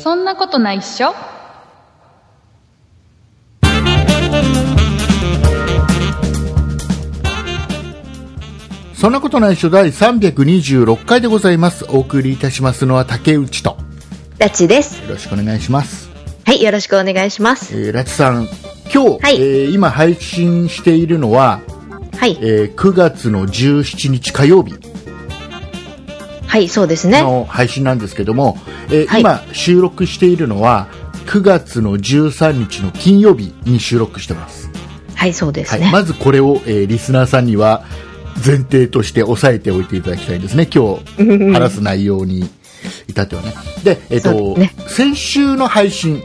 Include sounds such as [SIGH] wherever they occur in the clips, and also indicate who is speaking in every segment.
Speaker 1: そんなことないっしょ
Speaker 2: そんなことないっしょ第326回でございます。お送りいたしますのは竹内と。よ
Speaker 3: ラチです。
Speaker 2: ろしくお願いします。
Speaker 3: はい、よろしくお願いします。
Speaker 2: えー、ラチさん、今日、
Speaker 3: はい
Speaker 2: えー今配信しているのは、
Speaker 3: はい、
Speaker 2: えー9月の17日火曜日
Speaker 3: はい、そうですね。
Speaker 2: の配信なんですけども、えー
Speaker 3: はい
Speaker 2: 今収録しているのは、9月の13日の金曜日に収録してます。
Speaker 3: はい、そうです
Speaker 2: はい、
Speaker 3: ね。
Speaker 2: まずこれを、えーリスナーさんには前提として押さえておいていただきたいですね、今日話す内容に至ってはね。で、えっ、
Speaker 3: そ
Speaker 2: と、
Speaker 3: うです
Speaker 2: 先週の配信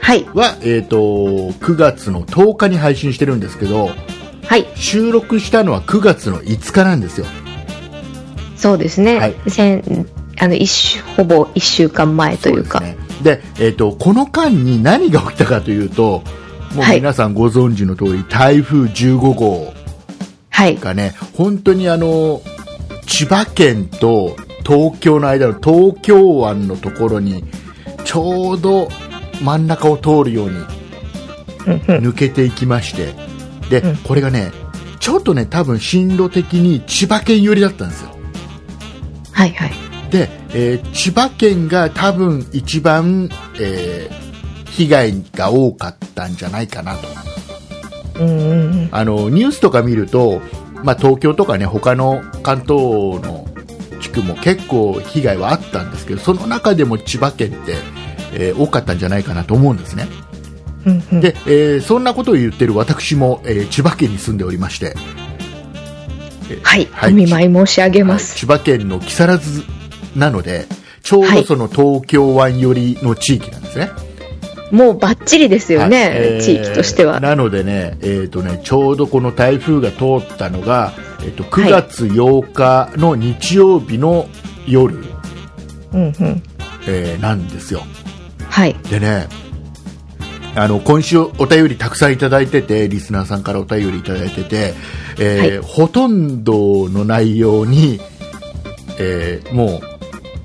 Speaker 3: はい、
Speaker 2: は、えっ、と、9月の10日に配信してるんですけど、
Speaker 3: はい、
Speaker 2: 収録したのは9月の5日なんですよ。
Speaker 3: そうですね。
Speaker 2: はい
Speaker 3: 先あの一週ほぼ一週間前というか。
Speaker 2: そうですね。で、えっ、と、この間に何が起きたかというと、もう
Speaker 3: はい
Speaker 2: 皆さんご存知の通り、台風15号
Speaker 3: はい、
Speaker 2: がね、本当にあの、千葉県と東京の間の東京湾のところに、ちょうど真ん中を通るように
Speaker 3: うんうん
Speaker 2: 抜けていきまして、で、
Speaker 3: うん
Speaker 2: これがね、ちょっとね、多分進路的に千葉県寄りだったんですよ。
Speaker 3: はい、はい、
Speaker 2: で、えー千葉県が多分一番、えー被害が多かったんじゃないかなと。
Speaker 3: うんうんうん、
Speaker 2: あの、ニュースとか見ると、まあ、東京とかね、他の関東の地区も結構被害はあったんですけど、その中でも千葉県って、えー多かったんじゃないかなと思うんですね。
Speaker 3: うんうん。
Speaker 2: で、えーそんなことを言ってる私も、えー千葉県に住んでおりまして、
Speaker 3: はい、
Speaker 2: はい
Speaker 3: お見舞い申し上げま
Speaker 2: はい
Speaker 3: す。
Speaker 2: 千葉県の木更津なので、ちょう
Speaker 3: は
Speaker 2: ど
Speaker 3: い
Speaker 2: その東京湾寄りの地域なんですね。
Speaker 3: もうバッチリですよね、
Speaker 2: はいえー
Speaker 3: 地域としては。
Speaker 2: なのでね,、えー、とねちょうどこの台風が通ったのが、えー、と
Speaker 3: は
Speaker 2: 9
Speaker 3: い
Speaker 2: 月8日の日曜日の夜、
Speaker 3: うんうん、
Speaker 2: えーなんですよ
Speaker 3: はい、
Speaker 2: でねあの今週お便りたくさんいただいててリスナーさんからお便りいただいてて、えー
Speaker 3: はい
Speaker 2: ほとんどの内容に、えーもう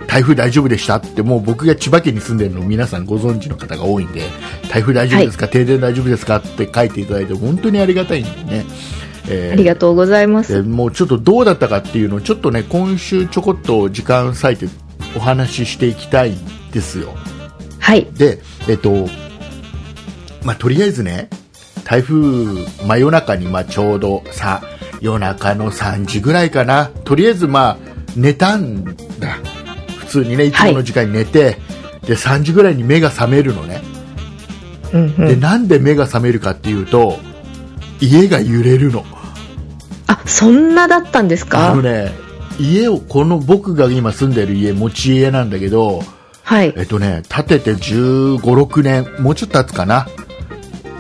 Speaker 2: 台風大丈夫でしたってもう僕が千葉県に住んでるのを皆さんご存知の方が多いんで台風大丈夫ですか、停電大丈夫ですかって書いていただいて本当にありがたいんでね、えー
Speaker 3: ありがとうございま。
Speaker 2: ですもうちょっとどうだったかっていうのをちょっとね今週ちょこっと時間割いてお話ししていきたいんですよ。
Speaker 3: はい、
Speaker 2: で、えっと、まあ、とりあえずね、台風、真夜中に、まあ、ちょうどさ、夜中の3時ぐらいかな。とりあえず、まあ、寝たんだ。普通にね、いつもの時間に寝て、で、3時ぐらいに目が覚めるのね。
Speaker 3: うんう
Speaker 2: で、
Speaker 3: ん、
Speaker 2: なんで目が覚めるかっていうと、家が揺れるの。
Speaker 3: あそんなだったんです
Speaker 2: あの
Speaker 3: か。
Speaker 2: ね、家を、この僕が今住んでる家、持ち家なんだけど、
Speaker 3: はい、
Speaker 2: えっとね、建てて15、6年、もうちょっと経つかな。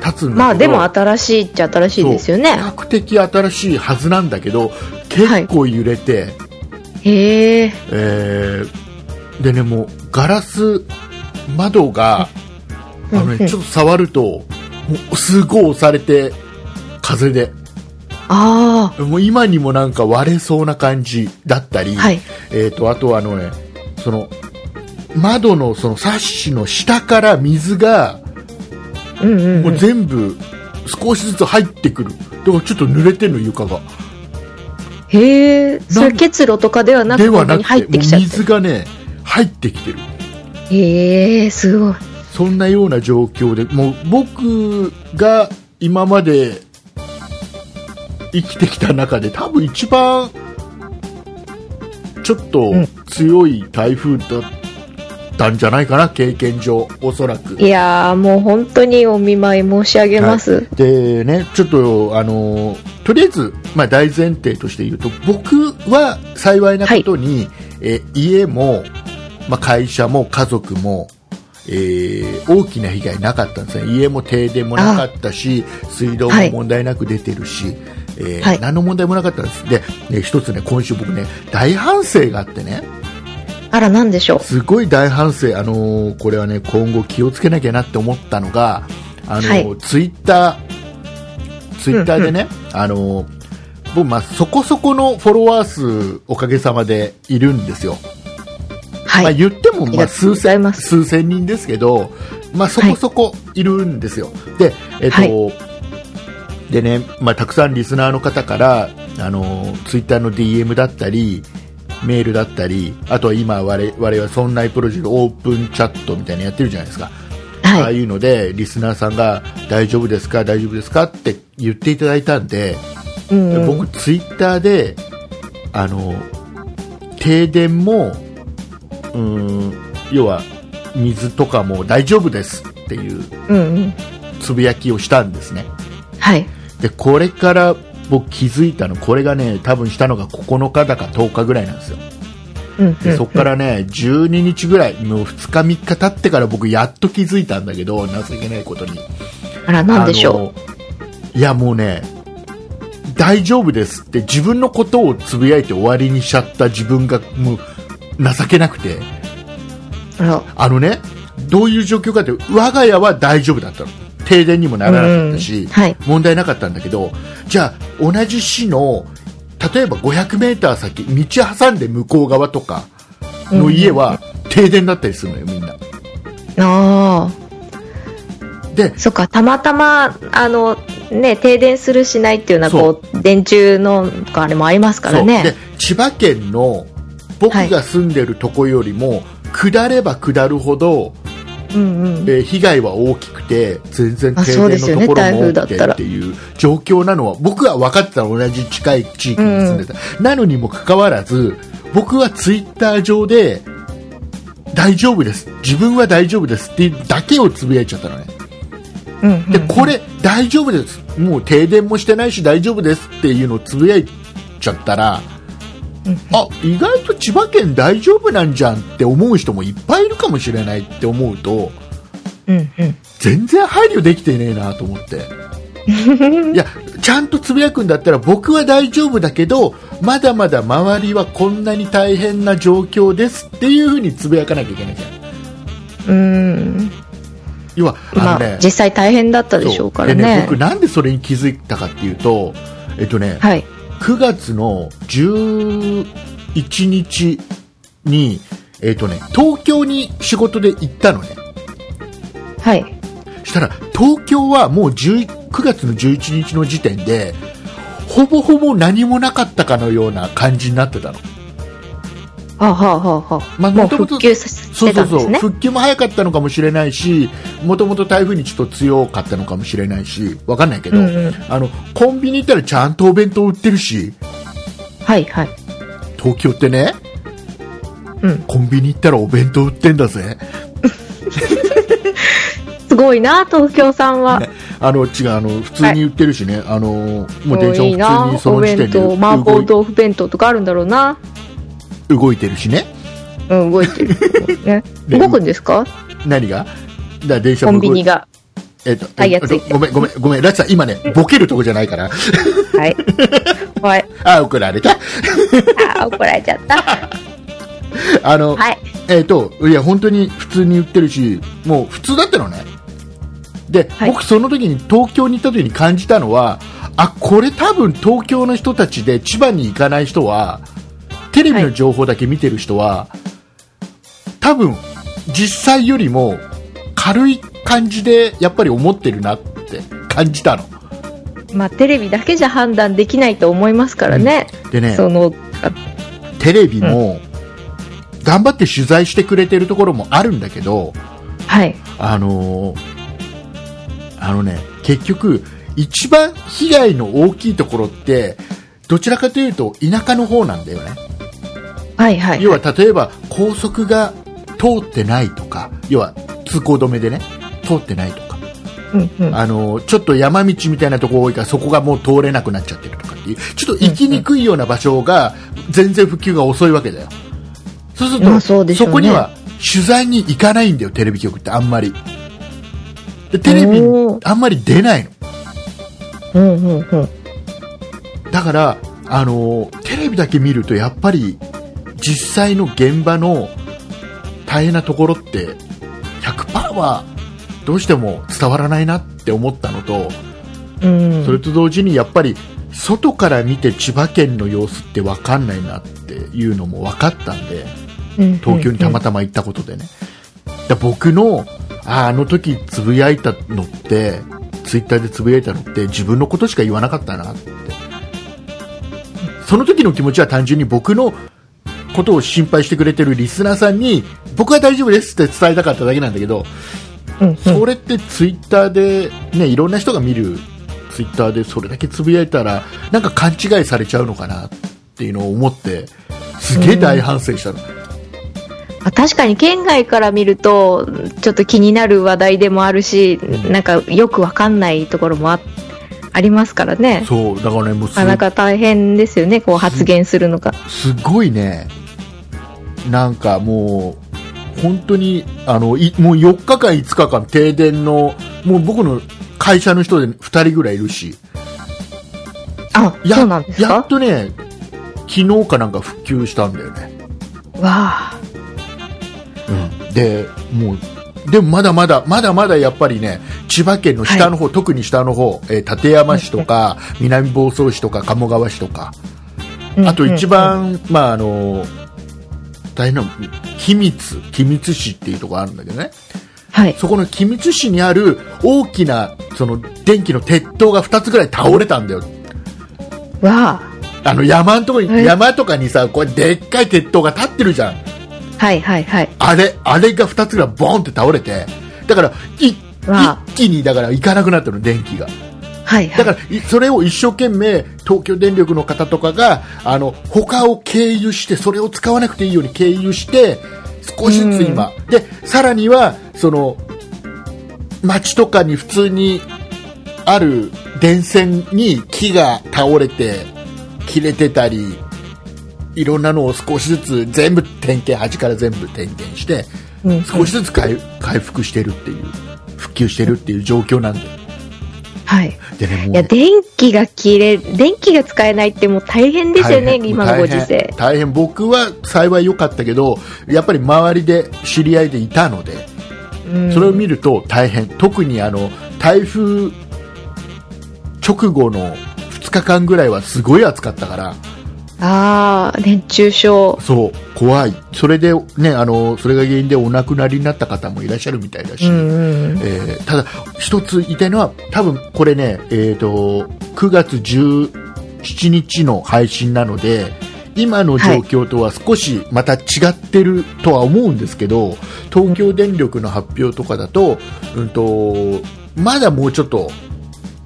Speaker 2: 経つんだけど。
Speaker 3: まあでも新しいっちゃ新しいですよね。
Speaker 2: そう比較的新しいはずなんだけど、結構揺れて、
Speaker 3: へえ、
Speaker 2: えーでね、もうガラス窓が、あ
Speaker 3: うん
Speaker 2: の
Speaker 3: うん
Speaker 2: ね、ちょっと触ると、もうすごい押されて、風で、
Speaker 3: あ
Speaker 2: もう今にもなんか割れそうな感じだったり、
Speaker 3: あ、はい、
Speaker 2: えー、とあとはあのねその窓のそのサッシの下から水が
Speaker 3: うんうん、
Speaker 2: も
Speaker 3: う、
Speaker 2: うん全部少しずつ入ってくる、だからちょっと濡れてるの床が
Speaker 3: へえ、それ結露とかではな
Speaker 2: で
Speaker 3: くて、
Speaker 2: は
Speaker 3: 本当
Speaker 2: な
Speaker 3: に入っ
Speaker 2: く
Speaker 3: て
Speaker 2: てもう
Speaker 3: きちゃって
Speaker 2: 水。がね入ってきてる
Speaker 3: へえ、すごい。
Speaker 2: そんなような状況でもう僕が今まで生きてきた中で多分一番ちょっと
Speaker 3: うん
Speaker 2: 強い台風だったんじゃないかな、経験上おそらく
Speaker 3: いやー、もう本当にお見舞い申し上げます。
Speaker 2: でね、ちょっと、あのーとりあえず、まあ、大前提として言うと、僕は幸いなことに、えー家も、まあ、会社も家族も、えー大きな被害なかったんですね。家も停電もなかったし、水道
Speaker 3: は
Speaker 2: も
Speaker 3: い
Speaker 2: 問題なく出てるし、えー
Speaker 3: はい
Speaker 2: 何の問題もなかったんです。で、ね、一つね、今週僕ね、大反省があってね、
Speaker 3: あら、なんでしょう。
Speaker 2: すごい大反省、あのーこれはね、今後気をつけなきゃなって思ったのが、あのー
Speaker 3: はい
Speaker 2: ツイッター、ツイッターでね、あのー僕、まあ、そこそこのフォロワー数、おかげさまでいるんですよ。
Speaker 3: はい
Speaker 2: まあ、言っても
Speaker 3: あり
Speaker 2: まあ
Speaker 3: がとう
Speaker 2: 数
Speaker 3: ござい
Speaker 2: 千
Speaker 3: ます
Speaker 2: 数千人ですけど、まあ、そこそこいるんですよ。で、えっと
Speaker 3: は
Speaker 2: でねまあ、たくさんリスナーの方からあのツイッターの DM だったりメールだったりあとは今我々はそんなプロジェクトオープンチャットみたいなのやってるじゃないですか。ああ
Speaker 3: はい。
Speaker 2: いうのでリスナーさんが大丈夫ですか、大丈夫ですかって言っていただいたんで、
Speaker 3: うんうん
Speaker 2: 僕、ツイッターであの停電もうーん要は水とかも大丈夫ですっていう
Speaker 3: うんうん。
Speaker 2: つぶやきをしたんですね。
Speaker 3: はい。
Speaker 2: でこれから僕気づいたのこれがね多分したのが9日だか10日ぐらいなんですよ
Speaker 3: うんうん
Speaker 2: でそこからね12日ぐらいもう2日3日経ってから僕やっと気づいたんだけど情けないことに
Speaker 3: あら、なんでしょ
Speaker 2: ういやもうね大丈夫ですって自分のことをつぶやいて終わりにしちゃった自分がもう情けなくて
Speaker 3: う。あら、
Speaker 2: あのねどういう状況かって我が家は大丈夫だったの停電にもならなかったし、
Speaker 3: うんはい
Speaker 2: 問題なかったんだけどじゃあ同じ市の例えば 500m 先道挟んで向こう側とかの家は停電だったりするのよみんな
Speaker 3: あ
Speaker 2: で
Speaker 3: あ、そっか、たまたま、あの、ね、停電するしないっていうのは、
Speaker 2: そ
Speaker 3: こ
Speaker 2: う
Speaker 3: う、電柱の、あれもありますから
Speaker 2: そう
Speaker 3: ね。
Speaker 2: で千葉県の僕が住んでるとこよりも、下れば下るほど、
Speaker 3: うんうん。
Speaker 2: えー被害は大きくて全然停
Speaker 3: あそうで
Speaker 2: 電
Speaker 3: すよ
Speaker 2: の
Speaker 3: ね
Speaker 2: ところも
Speaker 3: 台風だ
Speaker 2: 多
Speaker 3: っ
Speaker 2: くて
Speaker 3: たら
Speaker 2: っていう状況なのは僕は分かってたの同じ近い地域に住んでた、なのにもかかわらず僕はツイッター上で大丈夫です自分は大丈夫ですっていうだけをつぶやいちゃったのね
Speaker 3: うんうん
Speaker 2: でこれ大丈夫ですもう停電もしてないし大丈夫ですっていうのをつぶやいちゃったら
Speaker 3: うん
Speaker 2: あ意外と千葉県大丈夫なんじゃんって思う人もいっぱいいるかもしれないって思うと
Speaker 3: うんうん。
Speaker 2: 全然配慮できてねえなと思って。
Speaker 3: [LAUGHS]
Speaker 2: いやちゃんとつぶやくんだったら僕は大丈夫だけどまだまだ周りはこんなに大変な状況ですっていうふうにつぶやかなきゃいけないじゃん
Speaker 3: うん。
Speaker 2: 要は
Speaker 3: ま
Speaker 2: あのね
Speaker 3: あ、実際大変だったでしょうから
Speaker 2: そうで
Speaker 3: ね。
Speaker 2: 僕なんでそれに気づいたかっていうとえっとね、
Speaker 3: はい。
Speaker 2: 9月の11日に、えっとね、東京に仕事で行ったのね。
Speaker 3: はい。
Speaker 2: したら、東京はもう10 9月の11日の時点で、ほぼほぼ何もなかったかのような感じになってたの。
Speaker 3: はあ、はあはあは
Speaker 2: まあ
Speaker 3: あ、もう
Speaker 2: 元々
Speaker 3: 復旧させ
Speaker 2: そうそ
Speaker 3: てた
Speaker 2: うんそ
Speaker 3: です
Speaker 2: う、
Speaker 3: ね。
Speaker 2: 復旧も早かったのかもしれないし、もともと台風にちょっと強かったのかもしれないし、わかんないけど、
Speaker 3: うんうん
Speaker 2: あの、コンビニ行ったらちゃんとお弁当売ってるし、
Speaker 3: はいはい。
Speaker 2: 東京ってね、
Speaker 3: うん。
Speaker 2: コンビニ行ったらお弁当売ってんだぜ。
Speaker 3: すごいな、東京さんは。
Speaker 2: あの違うあの普通に売ってるしね、あのもう電
Speaker 3: いい
Speaker 2: 車も普通に
Speaker 3: な、
Speaker 2: そ
Speaker 3: お
Speaker 2: の時点
Speaker 3: 弁
Speaker 2: で
Speaker 3: 当、麻
Speaker 2: 動
Speaker 3: 婆
Speaker 2: い
Speaker 3: 豆腐弁当とかあるんだろうな。
Speaker 2: 動いてるしね
Speaker 3: うん、動
Speaker 2: [LAUGHS]
Speaker 3: いてる。ね、
Speaker 2: で
Speaker 3: 動くんですか
Speaker 2: 何がだから電車
Speaker 3: コ
Speaker 2: も
Speaker 3: ン
Speaker 2: 動い
Speaker 3: ビニが。
Speaker 2: えっと
Speaker 3: タイヤ
Speaker 2: えっ
Speaker 3: つ
Speaker 2: と
Speaker 3: いて
Speaker 2: ごめんごめんごめんラッチさん今ねボケるとこじゃないから
Speaker 3: はい。
Speaker 2: [LAUGHS]
Speaker 3: はい。
Speaker 2: あ怒られた
Speaker 3: あー怒られちゃった。
Speaker 2: あの、
Speaker 3: はい。
Speaker 2: えっといや本当に普通に売ってるしもう普通だったのねで、
Speaker 3: はい
Speaker 2: 僕その時に東京に行った時に感じたのはあこれ多分東京の人たちで千葉に行かない人はテレビの情報だけ見てる人は、多分実際よりも軽い感じでやっぱり思ってるなって感じたの
Speaker 3: まあ、テレビだけじゃ判断できないと思いますからね。
Speaker 2: でね
Speaker 3: その、あ
Speaker 2: テレビも頑張って取材してくれてるところもあるんだけど、
Speaker 3: はい。
Speaker 2: あのーあのね、結局、一番被害の大きいところって、どちらかというと田舎の方なんだよね。
Speaker 3: はいはい。
Speaker 2: 要は例えば高速が通ってないとか、要は通行止めでね、通ってないとか、
Speaker 3: うんうん。
Speaker 2: あのーちょっと山道みたいなとこ多いからそこがもう通れなくなっちゃってるとかっていう、ちょっと行きにくいような場所が全然普及が遅いわけだよ。そうすると、
Speaker 3: まあそうでしょうね
Speaker 2: こには取材に行かないんだよ、テレビ局ってあんまり。でテレビ
Speaker 3: おー
Speaker 2: あんまり出ないの。
Speaker 3: うんうんうん。
Speaker 2: だから、あのーテレビだけ見るとやっぱり実際の現場の大変なところって100%はどうしても伝わらないなって思ったのと、
Speaker 3: うん、
Speaker 2: それと同時にやっぱり外から見て千葉県の様子って分かんないなっていうのも分かったんで
Speaker 3: うん
Speaker 2: 東京にたまたま行ったことでね。だ僕の、ああの時つぶやいたのって、ツイッターでつぶやいたのって自分のことしか言わなかったなって。その時の気持ちは単純に僕のことを心配してくれてるリスナーさんに、僕は大丈夫ですって伝えたかっただけなんだけど、
Speaker 3: うんうん
Speaker 2: それってツイッターで、ね、いろんな人が見るツイッターでそれだけつぶやいたらなんか勘違いされちゃうのかなっていうのを思ってすげえ大反省したの、
Speaker 3: あ確かに県外から見るとちょっと気になる話題でもあるし
Speaker 2: うん
Speaker 3: なんかよくわかんないところもあありますからね
Speaker 2: そうだからねもうす
Speaker 3: なかなか大変ですよねこう発言するのが
Speaker 2: すごいねなんかもう本当にあのいもう4日間5日間停電のもう僕の会社の人で2人ぐらいいるし
Speaker 3: あ
Speaker 2: や
Speaker 3: そうなんです
Speaker 2: や
Speaker 3: か
Speaker 2: っとね昨日かなんか復旧したんだよね
Speaker 3: わあ
Speaker 2: でもうでもまだまだまだまだやっぱりね千葉県の下の方、特に下の方、えー館山市とか
Speaker 3: [LAUGHS]
Speaker 2: 南房総市とか鴨川市とかあと一、番、まああの大変なの君津君津市っていうところあるんだけどね
Speaker 3: うんうんはい
Speaker 2: そこの君津市にある大きなその電気の鉄塔が2つぐらい倒れたんだよ
Speaker 3: わ
Speaker 2: あの山のとこに、
Speaker 3: はい
Speaker 2: 山とかにさこれでっかい鉄塔が立ってるじゃん
Speaker 3: あはいはいはい
Speaker 2: あれ、あれが2つぐらいボーンって倒れて、だから、い
Speaker 3: わあ
Speaker 2: 一気に、だから行かなくなったの、電気が。
Speaker 3: はいは
Speaker 2: だ
Speaker 3: い
Speaker 2: から、いそれを一生懸命、東京電力の方とかが、あの、他を経由して、それを使わなくていいように経由して、少しずつ今。で、さらには、その、街とかに普通にある電線に木が倒れて、切れてたり、いろんなのを少しずつ全部点検、端から全部点検して、
Speaker 3: うん
Speaker 2: 少しずつ回回復してるっていう、復旧してるっていう状況なんで。
Speaker 3: はい
Speaker 2: でね、もう
Speaker 3: いや電気が切れ電気が使えないってもう大変ですよね
Speaker 2: 大変
Speaker 3: 今のご時
Speaker 2: 大
Speaker 3: 世
Speaker 2: 変大変僕は幸い良かったけどやっぱり周りで知り合いでいたので
Speaker 3: うん
Speaker 2: それを見ると大変、特にあの台風直後の2日間ぐらいはすごい暑かったから
Speaker 3: ああ熱中症
Speaker 2: そう怖いそれでねあのそれが原因でお亡くなりになった方もいらっしゃるみたいだし、
Speaker 3: うんうん
Speaker 2: えーただ、一つ言いたいのは、多分これね、えー、と9月17日の配信なので、今の状況とは少しまた違ってるとは思うんですけど、東京電力の発表とかだと,、うん、と、まだもうちょっと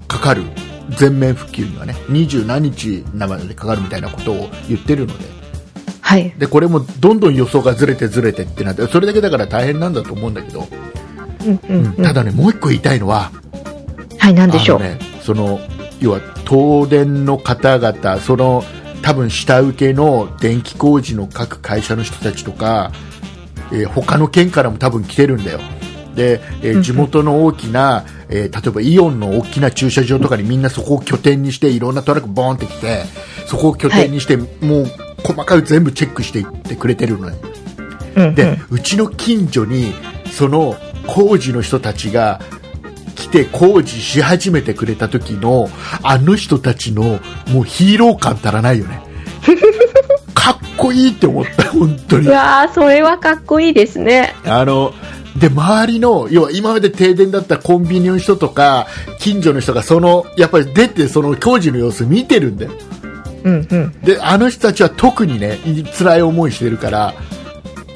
Speaker 2: かかる、全面復旧にはね、20何日生でかかるみたいなことを言ってるので。
Speaker 3: はい
Speaker 2: でこれもどんどん予想がずれてずれてってなってそれだけだから大変なんだと思うんだけど、
Speaker 3: うんうんうん
Speaker 2: ただねもう一個言いたいのは、
Speaker 3: はいなんでしょ
Speaker 2: あ
Speaker 3: う、
Speaker 2: のね、その要は東電の方々その多分下請けの電気工事の各会社の人たちとか、えー他の県からも多分来てるんだよで、えー
Speaker 3: んうん
Speaker 2: 地元の大きな、えー例えばイオンの大きな駐車場とかにみんなそこを拠点にしていろんなトラックボーンって来てそこを拠点にして、もう細かく全部チェックしていってくれてるのね
Speaker 3: うんうん
Speaker 2: で、うちの近所にその工事の人たちが来て工事し始めてくれた時のあの人たちのもうヒーロー感足らないよねかっこいいって思った本当に
Speaker 3: うわーそれはかっこいいですね
Speaker 2: あので周りの要は今まで停電だったコンビニの人とか近所の人がそのやっぱり出てその工事の様子見てるんだよ
Speaker 3: うんうん
Speaker 2: であの人たちは特にねい辛い思いしてるから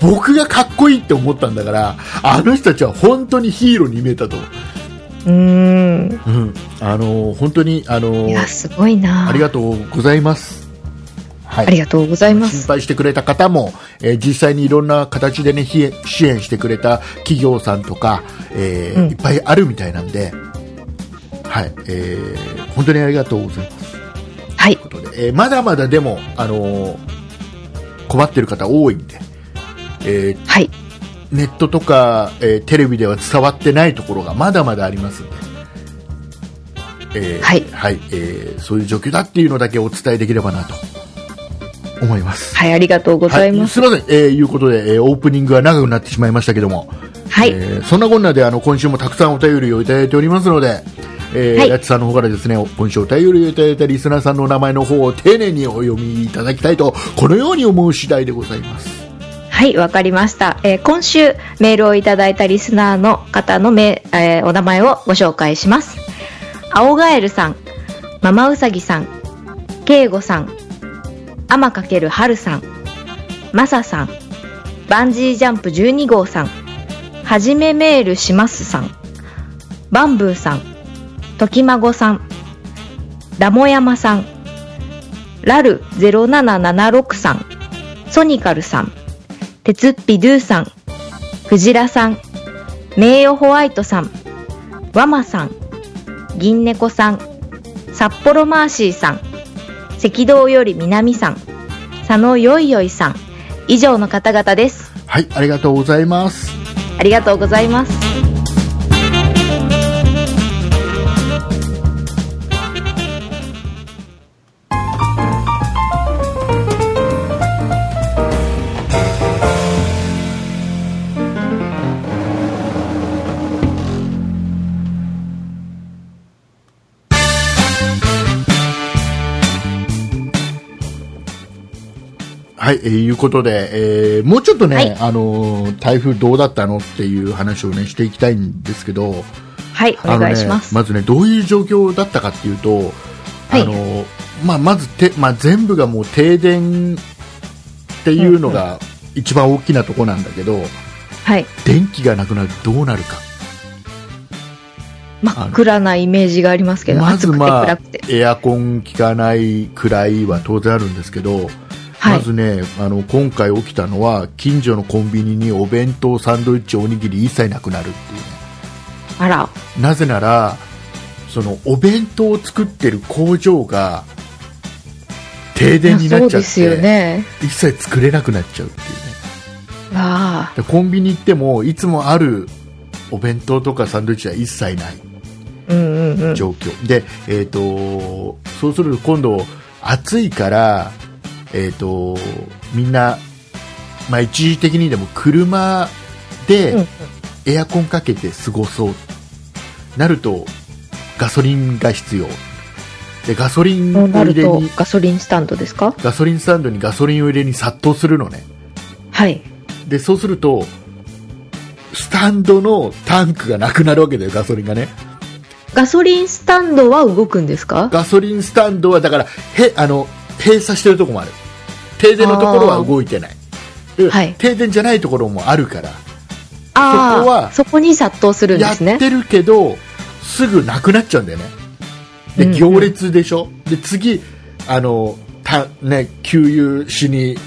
Speaker 2: 僕がかっこいいって思ったんだからあの人たちは本当にヒーローに見えたと思
Speaker 3: うーん
Speaker 2: う、うん、あの本当にあの
Speaker 3: いやすごいな
Speaker 2: ありがとうございます、はい、
Speaker 3: ありがとうございま
Speaker 2: 心
Speaker 3: す
Speaker 2: 配してくれた方も、えー実際にいろんな形でねひえ支援してくれた企業さんとか、えー
Speaker 3: うん
Speaker 2: いっぱいあるみたいなんで、はいえー本当にありがとうございます
Speaker 3: はい
Speaker 2: ということで、えーまだまだでも、あのー困ってる方多いんで、え
Speaker 3: はい
Speaker 2: ーネットとか、えーテレビでは伝わってないところがまだまだありますんで、えー
Speaker 3: はい
Speaker 2: えーそういう状況だっていうのだけお伝えできればなと思います。
Speaker 3: はいありがとうございます
Speaker 2: すみません、えーいうことで、えーオープニングは長くなってしまいましたけども、
Speaker 3: はい、
Speaker 2: えーそんなこんなであの今週もたくさんお便りをいただいておりますので、えー
Speaker 3: はい
Speaker 2: やつさんの方からですね今週お便りをいただいたリスナーさんのお名前の方を丁寧にお読みいただきたいとこのように思う次第でございます
Speaker 3: はい、わかりました。えー今週メールをいただいたリスナーの方のめ、えーお名前をご紹介します。青ガエルさん、ママウサギさん、ケイゴさん、アマかけるはるさん、マサさん、バンジージャンプ12号さん、はじめメールしますさん、バンブーさん、ときまごさん、ラモヤマさん、ラル0776さん、ソニカルさん、鉄っぴドゥさん、クジラさん、名誉ホワイトさん、ワマさん、銀猫さん、札幌マーシーさん、赤道より南さん、佐野よいよいさん、以上の方々です。
Speaker 2: はい、ありがとうございます。
Speaker 3: ありがとうございます。
Speaker 2: はい、えーいうことで、えーもうちょっとね、
Speaker 3: はい
Speaker 2: あのー台風どうだったのっていう話をね、していきたいんですけど、
Speaker 3: はい、お
Speaker 2: あのね
Speaker 3: 願いします。
Speaker 2: まずね、どういう状況だったかっていうと、
Speaker 3: はい
Speaker 2: あのーまあ、まずて、まあ、全部がもう停電っていうのが一番大きなとこなんだけど、
Speaker 3: はい。
Speaker 2: 電気がなくなるとどうなるか。
Speaker 3: 真っ暗なイメージがありますけど、
Speaker 2: まず、
Speaker 3: 暑くて
Speaker 2: ま
Speaker 3: 暗
Speaker 2: あ
Speaker 3: くて。、
Speaker 2: エアコン効かないくらいは当然あるんですけど、
Speaker 3: は
Speaker 2: ま
Speaker 3: い。
Speaker 2: ずねあの今回起きたのは近所のコンビニにお弁当サンドイッチおにぎり一切なくなるっていうね
Speaker 3: あら。
Speaker 2: なぜならそのお弁当を作ってる工場が停電にな
Speaker 3: そ
Speaker 2: っ
Speaker 3: う
Speaker 2: ちゃ
Speaker 3: で
Speaker 2: っ
Speaker 3: す
Speaker 2: て、
Speaker 3: よね。
Speaker 2: 一切作れなくなっちゃうっていうね
Speaker 3: あ
Speaker 2: でコンビニ行ってもいつもあるお弁当とかサンドイッチは一切ない
Speaker 3: あ。うんうんうん。
Speaker 2: 状況、で、えー、とそうすると今度暑いから、えー、とみんな、まあ、一時的にでも車
Speaker 3: うんう
Speaker 2: で
Speaker 3: ん
Speaker 2: エアコンかけて過ごそうなるとガソリンが必要でガソリン
Speaker 3: そ
Speaker 2: を
Speaker 3: うな
Speaker 2: 入
Speaker 3: る
Speaker 2: れ
Speaker 3: と
Speaker 2: に
Speaker 3: ガソリンスタンドですか
Speaker 2: ガソリンスタンドにガソリンを入れに殺到するのね
Speaker 3: はい。
Speaker 2: でそうするとスタンドのタンクがなくなるわけだよガソリンがね
Speaker 3: ガソリンスタンドは動くんですか
Speaker 2: ガソリンスタンドはだからへあの閉鎖してるところもある停電のところは動いてない、で
Speaker 3: はい
Speaker 2: 停電じゃないところもあるから
Speaker 3: ああ、
Speaker 2: そこは
Speaker 3: そこに殺到するんで
Speaker 2: やっ
Speaker 3: すね。
Speaker 2: てるけどすぐなくなっちゃうんだよね
Speaker 3: うん
Speaker 2: で
Speaker 3: うん
Speaker 2: 行列でしょ、で次あのた、ね、給油しに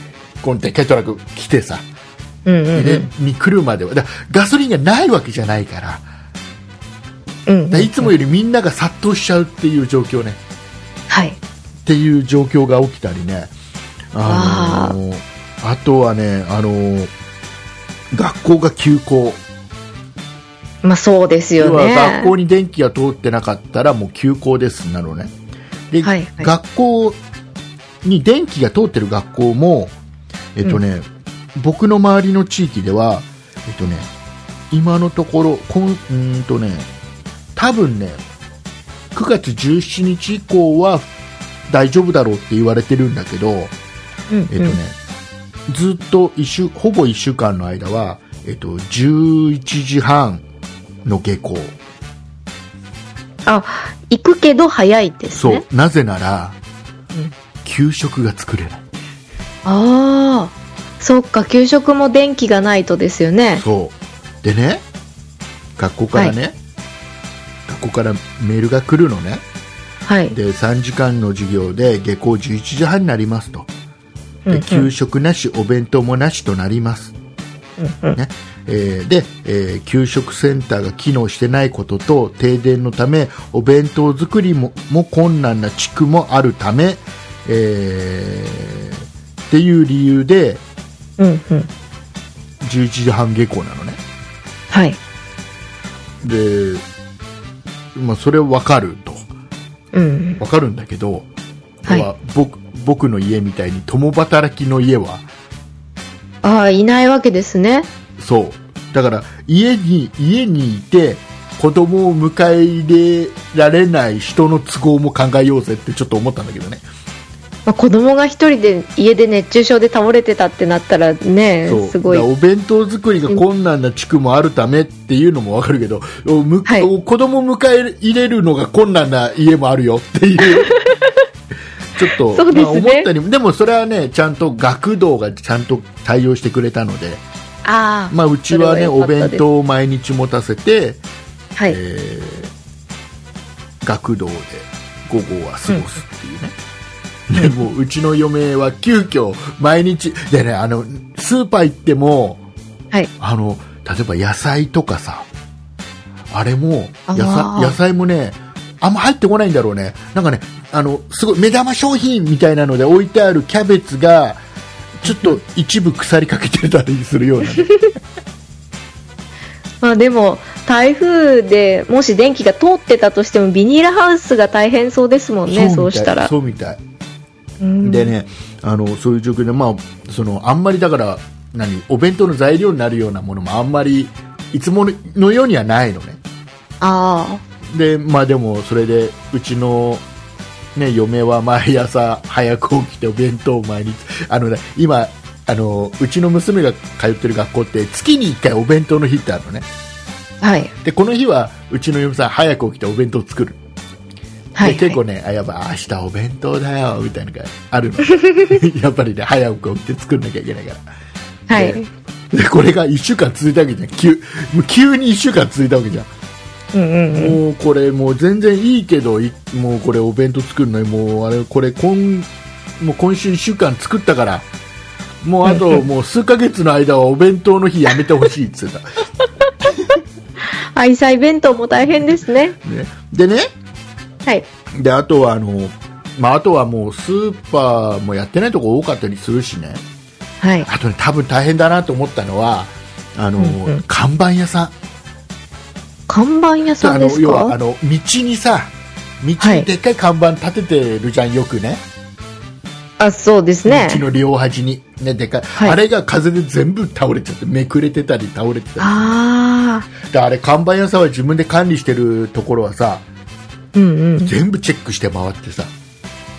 Speaker 2: このでっかいトラック来てさ、
Speaker 3: うんうん
Speaker 2: でに来るまではだガソリンがないわけじゃないから
Speaker 3: うん。うん
Speaker 2: だいつもよりみんなが殺到しちゃうっていう状況ね
Speaker 3: はい。
Speaker 2: っていう状況が起きたりね、あのーあとはね、あのー学校が休校、
Speaker 3: まあそうですよね。
Speaker 2: 学校に電気が通ってなかったらもう休校ですなのねで、
Speaker 3: はいはい
Speaker 2: 学校に電気が通ってる学校も、えっとね僕の周りの地域では、えっとね、今のところこんうーんと、ね、多分ね9月17日以降は大丈夫だろうって言われてるんだけど、
Speaker 3: うんうん
Speaker 2: えっとね、ずっと一週、ほぼ1週間の間は、えっと、11時半の下校。
Speaker 3: あ、行くけど早いです
Speaker 2: そう。
Speaker 3: ね。
Speaker 2: なぜなら、
Speaker 3: うん
Speaker 2: 給食が作れない。
Speaker 3: ああ、そっか、給食も電気がないとですよね。
Speaker 2: そう。でね、学校からね、学校からメールが来るのね。
Speaker 3: はい。
Speaker 2: で、3時間の授業で下校11時半になりますと。
Speaker 3: うんう
Speaker 2: で、
Speaker 3: ん
Speaker 2: 給食なし、お弁当もなしとなります。
Speaker 3: うんうん
Speaker 2: ねえーで、えー給食センターが機能してないことと停電のためお弁当作りもも困難な地区もあるため、えーっていう理由で
Speaker 3: うんうん。
Speaker 2: 11時半下校なのね
Speaker 3: はい。
Speaker 2: で、まあ、それは分かると
Speaker 3: うん。
Speaker 2: 分かるんだけど、
Speaker 3: はい
Speaker 2: 要は僕僕の家みたいに共働きの家は
Speaker 3: ああ、いないわけですね。
Speaker 2: そうだから家に家にいて子供を迎え入れられない人の都合も考えようぜってちょっと思ったんだけどね
Speaker 3: まあ、子供が一人で家で熱中症で倒れてたってなったらね
Speaker 2: そう
Speaker 3: すごい
Speaker 2: だからお弁当作りが困難な地区もあるためっていうのもわかるけど、おむ
Speaker 3: はい
Speaker 2: お子供迎え入れるのが困難な家もあるよって
Speaker 3: [LAUGHS]
Speaker 2: いう。ちょっと、
Speaker 3: そうですね
Speaker 2: まあ、思ったよりもでもそれはねちゃんと学童がちゃんと対応してくれたので、
Speaker 3: ああ、
Speaker 2: まあ、うちはね
Speaker 3: それは良
Speaker 2: お
Speaker 3: かった
Speaker 2: 弁
Speaker 3: です
Speaker 2: 当を毎日持たせて、
Speaker 3: はい、
Speaker 2: えー学童で午後は過ごすっていうね、でもうちの嫁は急遽毎日でねあのスーパー行っても
Speaker 3: はい
Speaker 2: あの例えば野菜とかさあれも
Speaker 3: あー
Speaker 2: 野菜野菜もねあんま入ってこないんだろうねなんかねあのすごい目玉商品みたいなので置いてあるキャベツがちょっと一部腐りかけてたりするようなね、
Speaker 3: まあ、でも台風でもし電気が通ってたとしてもビニールハウスが大変そうですもんねそう
Speaker 2: みたい
Speaker 3: したら
Speaker 2: そうみたい
Speaker 3: うん
Speaker 2: でね、あのそういう状況で、まあ、そのあんまりだから何お弁当の材料になるようなものもあんまりいつものようにはないのね
Speaker 3: あ
Speaker 2: で,、まあ、でもそれでうちの、ね、嫁は毎朝早く起きてお弁当を毎日あの、ね、今あのうちの娘が通ってる学校って月に1回お弁当の日ってあるのね
Speaker 3: あはい
Speaker 2: でこの日はうちの嫁さん早く起きてお弁当作る
Speaker 3: はい
Speaker 2: で結構
Speaker 3: はい
Speaker 2: ね、あやっぱ明日お弁当だよみたいなのがあるの [LAUGHS] やっぱりね早く起きて作んなきゃいけないから
Speaker 3: はい、
Speaker 2: ででこれが1週間続いたわけじゃん急もう急に1週間続いたわけじゃん、
Speaker 3: うんうんうん
Speaker 2: もうこれもう全然いいけどいもうこれお弁当作るのにもうあれこれ今もう今週1週間作ったからもうあ
Speaker 3: [LAUGHS]
Speaker 2: ともう数ヶ月の間はお弁当の日やめてほしいって言ってた、
Speaker 3: 愛妻弁当も大変ですね
Speaker 2: ね、でね
Speaker 3: はい
Speaker 2: であとはあの、まあ、あとはもうスーパーもやってないとこ多かったりするしね
Speaker 3: はい
Speaker 2: あとね、多分大変だなと思ったのは、あの、
Speaker 3: うんうん
Speaker 2: 看板屋さん。
Speaker 3: 看板屋さ
Speaker 2: あ
Speaker 3: ん
Speaker 2: の
Speaker 3: です
Speaker 2: 要は、あ
Speaker 3: か
Speaker 2: の、道にさ、道
Speaker 3: は
Speaker 2: に
Speaker 3: い
Speaker 2: でっかい看板立ててるじゃん、よくね。
Speaker 3: あそうですね
Speaker 2: 道の両端に。ね、でっかい、
Speaker 3: はい
Speaker 2: あれが風で全部倒れちゃって、めくれてたり倒れてた
Speaker 3: あ
Speaker 2: り。であれ、看板屋さんは自分で管理してるところはさ、
Speaker 3: あうんうん
Speaker 2: 全部チェックして回ってさ、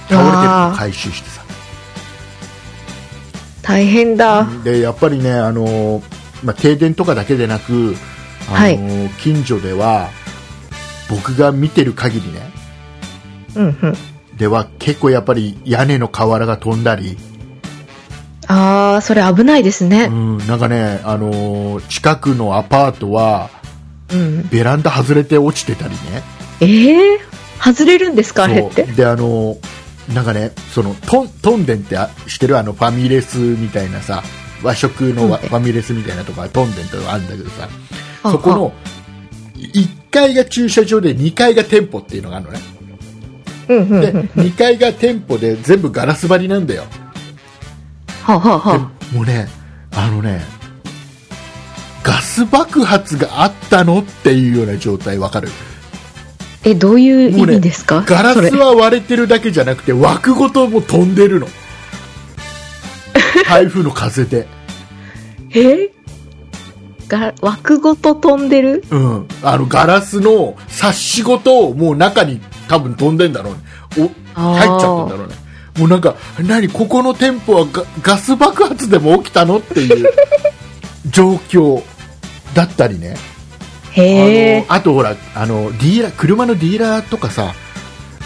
Speaker 2: 倒れてるのを回収してさ。
Speaker 3: 大変だ、
Speaker 2: でやっぱりねあの、まあ、停電とかだけでなくあの、
Speaker 3: はい
Speaker 2: 近所では僕が見てる限りね
Speaker 3: うんうん、
Speaker 2: では結構やっぱり屋根の瓦が飛んだり、
Speaker 3: ああそれ危ないです
Speaker 2: う
Speaker 3: ね、
Speaker 2: ん、なんかねあの近くのアパートは
Speaker 3: うん、
Speaker 2: ベランダ外れて落ちてたりね
Speaker 3: ええ外れるんですかあれって
Speaker 2: そうであのなんかねそのトントンデンってあしてるあのファミレスみたいなさ和食のわ
Speaker 3: トンデ
Speaker 2: フ
Speaker 3: ン
Speaker 2: ァミレスみたいなとこはトンデンってのがあるんだけどさ
Speaker 3: あ
Speaker 2: そこの1階が駐車場で2階が店舗っていうのがあるのね
Speaker 3: うんうん
Speaker 2: で
Speaker 3: うん
Speaker 2: 2階が店舗で全部ガラス張りなんだよ
Speaker 3: はあはあはあ
Speaker 2: でもうねあのねガス爆発があったのっていうような状態わかる
Speaker 3: えどういう
Speaker 2: も
Speaker 3: 意
Speaker 2: うね
Speaker 3: 味ですか、
Speaker 2: ガラス
Speaker 3: それ
Speaker 2: は割れてるだけじゃなくて枠ごともう飛んで
Speaker 3: [LAUGHS]
Speaker 2: るの台風の風で
Speaker 3: えが枠ごと飛んでる
Speaker 2: うん、あのガラスのサッシごともう中に多分飛んでんだろうねお入っち
Speaker 3: あー
Speaker 2: ゃったんだろうねもうなんか何ここの店舗はガガス爆発でも起きたのっていう
Speaker 3: [LAUGHS]
Speaker 2: 状況だったりね、
Speaker 3: へえ
Speaker 2: あのあとほらあのディーラー車のディーラーとかさ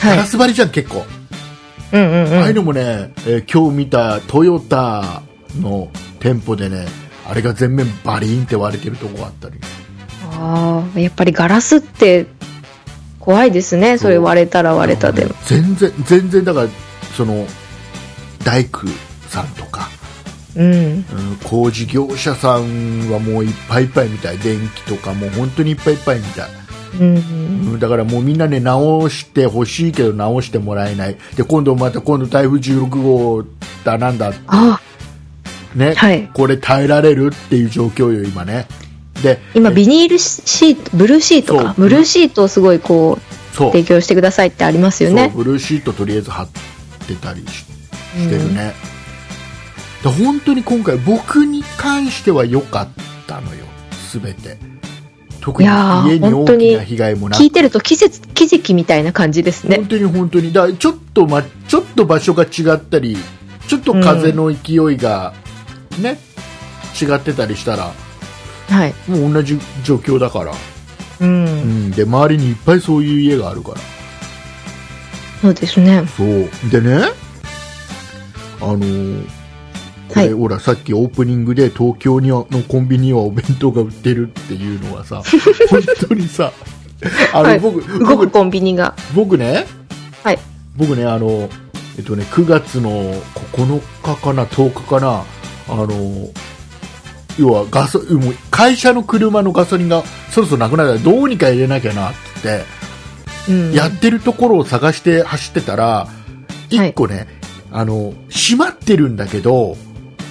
Speaker 2: ガ
Speaker 3: は
Speaker 2: ラ
Speaker 3: い
Speaker 2: ス張りじゃん結構、
Speaker 3: うんうん
Speaker 2: ああいう
Speaker 3: うん
Speaker 2: のもね、えー今日見たトヨタの店舗でねあれが全面バリーンって割れてるとこがあったり
Speaker 3: ああやっぱりガラスって怖いですねそれ割れたら割れたでも
Speaker 2: 全然全然だからその大工さんとか、
Speaker 3: うん
Speaker 2: うん工事業者さんはもういっぱいいっぱいみたい電気とかもう本当にいっぱいいっぱいみたい、
Speaker 3: うんうん
Speaker 2: うんだからもうみんなね直してほしいけど直してもらえないで今度また今度台風16号だなんだ
Speaker 3: あ
Speaker 2: ね、
Speaker 3: はい
Speaker 2: これ耐えられるっていう状況よ今ねで
Speaker 3: 今ビニールシートブルーシートか
Speaker 2: そう
Speaker 3: ブルーシートをすごいこ
Speaker 2: そう
Speaker 3: う提供してくださいってありますよね
Speaker 2: そうブルーシートとりあえず貼ってたりししてるね、で本当に今回僕に関しては良かったのよ全て特に
Speaker 3: いやー
Speaker 2: 家に
Speaker 3: 本
Speaker 2: 大
Speaker 3: 当
Speaker 2: き
Speaker 3: に
Speaker 2: な被害もなく
Speaker 3: 聞いてると季節季節みたいな感じですね
Speaker 2: 本当に本当にだからちょっと、ま、ちょっと場所が違ったりちょっと風の勢いが、ね違ってたりしたら
Speaker 3: はい
Speaker 2: もう同じ状況だから、
Speaker 3: う
Speaker 2: うんん、で周りにいっぱいそういう家があるから
Speaker 3: そうですね
Speaker 2: そうでねあのーこれ、
Speaker 3: はい
Speaker 2: ほらさっきオープニングで東京にはのコンビニはお弁当が売ってるっていうの
Speaker 3: [LAUGHS]
Speaker 2: はさ本当にさあの、
Speaker 3: はい
Speaker 2: 僕
Speaker 3: 動く
Speaker 2: 僕
Speaker 3: コンビニが
Speaker 2: 僕ね
Speaker 3: はい
Speaker 2: 僕ねあのえっとね9月の9日かな10日かなあの要はガソもう会社の車のガソリンがそろそろなくなるからどうにか入れなきゃなって言って
Speaker 3: うん
Speaker 2: やってるところを探して走ってたら、一個ね、あの、閉まってるんだけど、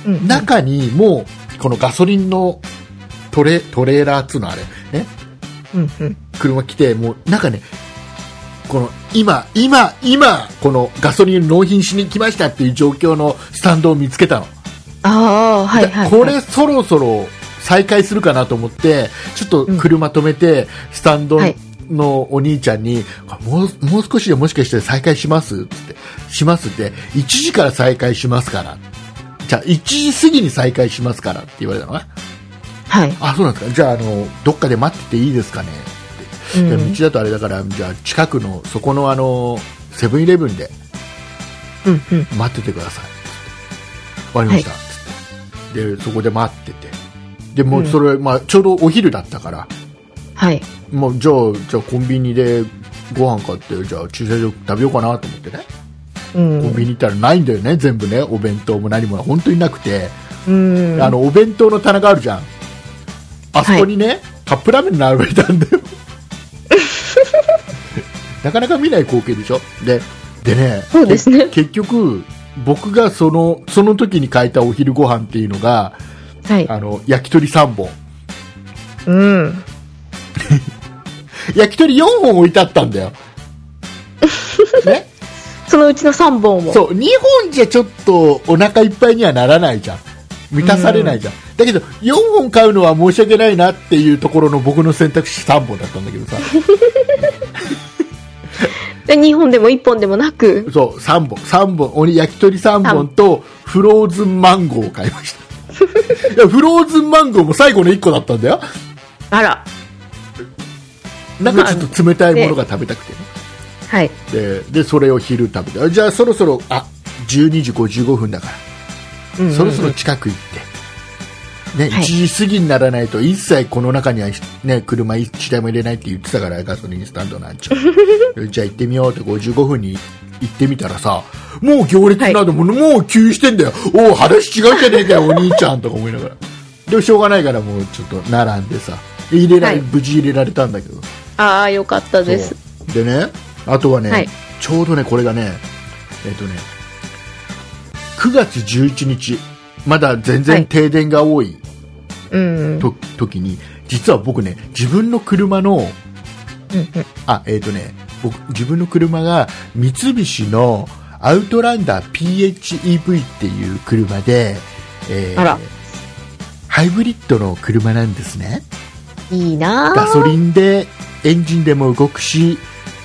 Speaker 3: うん
Speaker 2: 中にもう、このガソリンのトレ、トレーラーっつうのあれ、ね、
Speaker 3: うんうん
Speaker 2: 車来て、もう、なんかね、この、今、今、今、このガソリン納品しに来ましたっていう状況のスタンドを見つけたの。
Speaker 3: ああはいはいはい
Speaker 2: これそろそろ再開するかなと思って、ちょっと車止めて、スタンド
Speaker 3: はい
Speaker 2: のお兄ちゃんに、もう、もう少しでもしかして再開しますつって、しますって、1時から再開しますから。じゃあ、1時過ぎに再開しますからって言われたのね。
Speaker 3: はい
Speaker 2: あ、そうなんですか。じゃあ、あの、どっかで待ってていいですかね
Speaker 3: うん
Speaker 2: で道だとあれだから、じゃあ、近くの、そこのあの、セブンイレブンで
Speaker 3: うんうん
Speaker 2: 待っててくださいつってわかりました、つってでそこで待っててでもうそれ、まあ、ちょうどお昼だったから
Speaker 3: はい
Speaker 2: もうじゃあじゃあコンビニでご飯買ってじゃあ駐車場食べようかなと思ってね
Speaker 3: う
Speaker 2: コン
Speaker 3: ん
Speaker 2: ビニ行ったらないんだよね全部ねお弁当も何も本当になくて、
Speaker 3: うん
Speaker 2: あのお弁当の棚があるじゃんあそこにね、カップラーメン並べたんだ
Speaker 3: [LAUGHS]
Speaker 2: よなかなか見ない光景でしょででね
Speaker 3: そうですね
Speaker 2: 結局僕がそのその時に買えたお昼ご飯っていうのが
Speaker 3: はい
Speaker 2: あの焼き鳥3本
Speaker 3: うん
Speaker 2: 焼き鳥4本置いてあったん
Speaker 3: [LAUGHS]
Speaker 2: だよ、ね、
Speaker 3: そのうちの3本を
Speaker 2: そう2本じゃちょっとお腹いっぱいにはならないじゃん満たされないじゃん、だけど4本買うのは申し訳ないなっていうところの僕の選択肢3本だったんだけど [LAUGHS] さ
Speaker 3: で2本でも1本でもなく
Speaker 2: そう3本三本俺焼き鳥3本とフローズンマンゴーを買いました [LAUGHS] いやフローズンマンゴーも最後の1個だったんだよ
Speaker 3: あら
Speaker 2: なんかちょっと冷たいものが食べたくてね、
Speaker 3: はい
Speaker 2: ででそれを昼食べてあじゃあそろそろあ12時55分だから、
Speaker 3: うんうん
Speaker 2: そろそろ近く行って、ね
Speaker 3: はい
Speaker 2: 1時過ぎにならないと一切この中には、ね、車1台も入れないって言ってたからガソリンスタンドなんちゃ
Speaker 3: [LAUGHS]
Speaker 2: うじゃあ行ってみようって55分に行ってみたらさもう行列なども、もう急してんだよおお話違うじゃねえかよお兄ちゃんとか思いながらでもしょうがないからもうちょっと並んでさで入れられ、
Speaker 3: はい
Speaker 2: 無事入れられたんだけど
Speaker 3: ああよかったです
Speaker 2: そうでねあとはね、
Speaker 3: はい
Speaker 2: ちょうどねこれがねえっ、とね9月11日まだ全
Speaker 3: は
Speaker 2: 然
Speaker 3: い
Speaker 2: 停電が多い
Speaker 3: うん
Speaker 2: と、時に実は僕ね自分の車の
Speaker 3: うんうん
Speaker 2: あえっ、とね僕自分の車が三菱のアウトランダー PHEV っていう車で、えー
Speaker 3: あら
Speaker 2: ハイブリッドの車なんですね。
Speaker 3: いいな
Speaker 2: ガソ
Speaker 3: ー
Speaker 2: リンでエンジンでも動くし、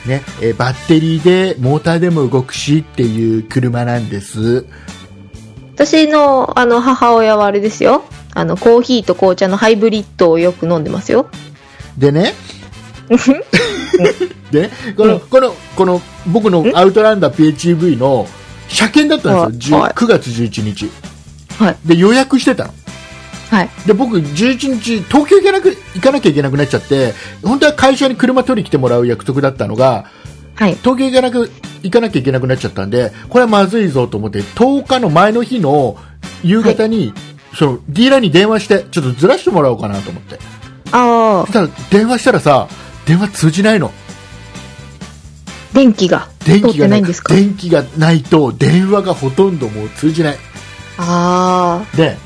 Speaker 2: ね、えーバッテリーでモーターでも動くしっていう車なんです。
Speaker 3: 私のあの母親はあれですよあのコーヒーと紅茶のハイブリッドをよく飲んでま
Speaker 2: [LAUGHS]
Speaker 3: すよ
Speaker 2: でね、でねこの、
Speaker 3: うん
Speaker 2: この、この、僕のアウトランダー PHEV の車検だったんですよ。
Speaker 3: はい
Speaker 2: 10 9月11日。
Speaker 3: はい
Speaker 2: で、予約してたの。
Speaker 3: はい
Speaker 2: で、僕、11日、東京行かなく、行かなきゃいけなくなっちゃって、本当は会社に車取り来てもらう約束だったのが、
Speaker 3: はい
Speaker 2: 東京行かなく行かなきゃいけなくなっちゃったんで、これはまずいぞと思って、10日の前の日の夕方に、そのディーラーに電話して、ちょっとずらしてもらおうかなと思って。
Speaker 3: あ
Speaker 2: そした
Speaker 3: あ
Speaker 2: ら電話したらさ、電話通じないの。
Speaker 3: 電気が
Speaker 2: 電
Speaker 3: 通っ
Speaker 2: 気
Speaker 3: て
Speaker 2: が
Speaker 3: な
Speaker 2: ないい
Speaker 3: んですか
Speaker 2: 電気がないと電話がほとんどもう通じない。
Speaker 3: ああ
Speaker 2: で、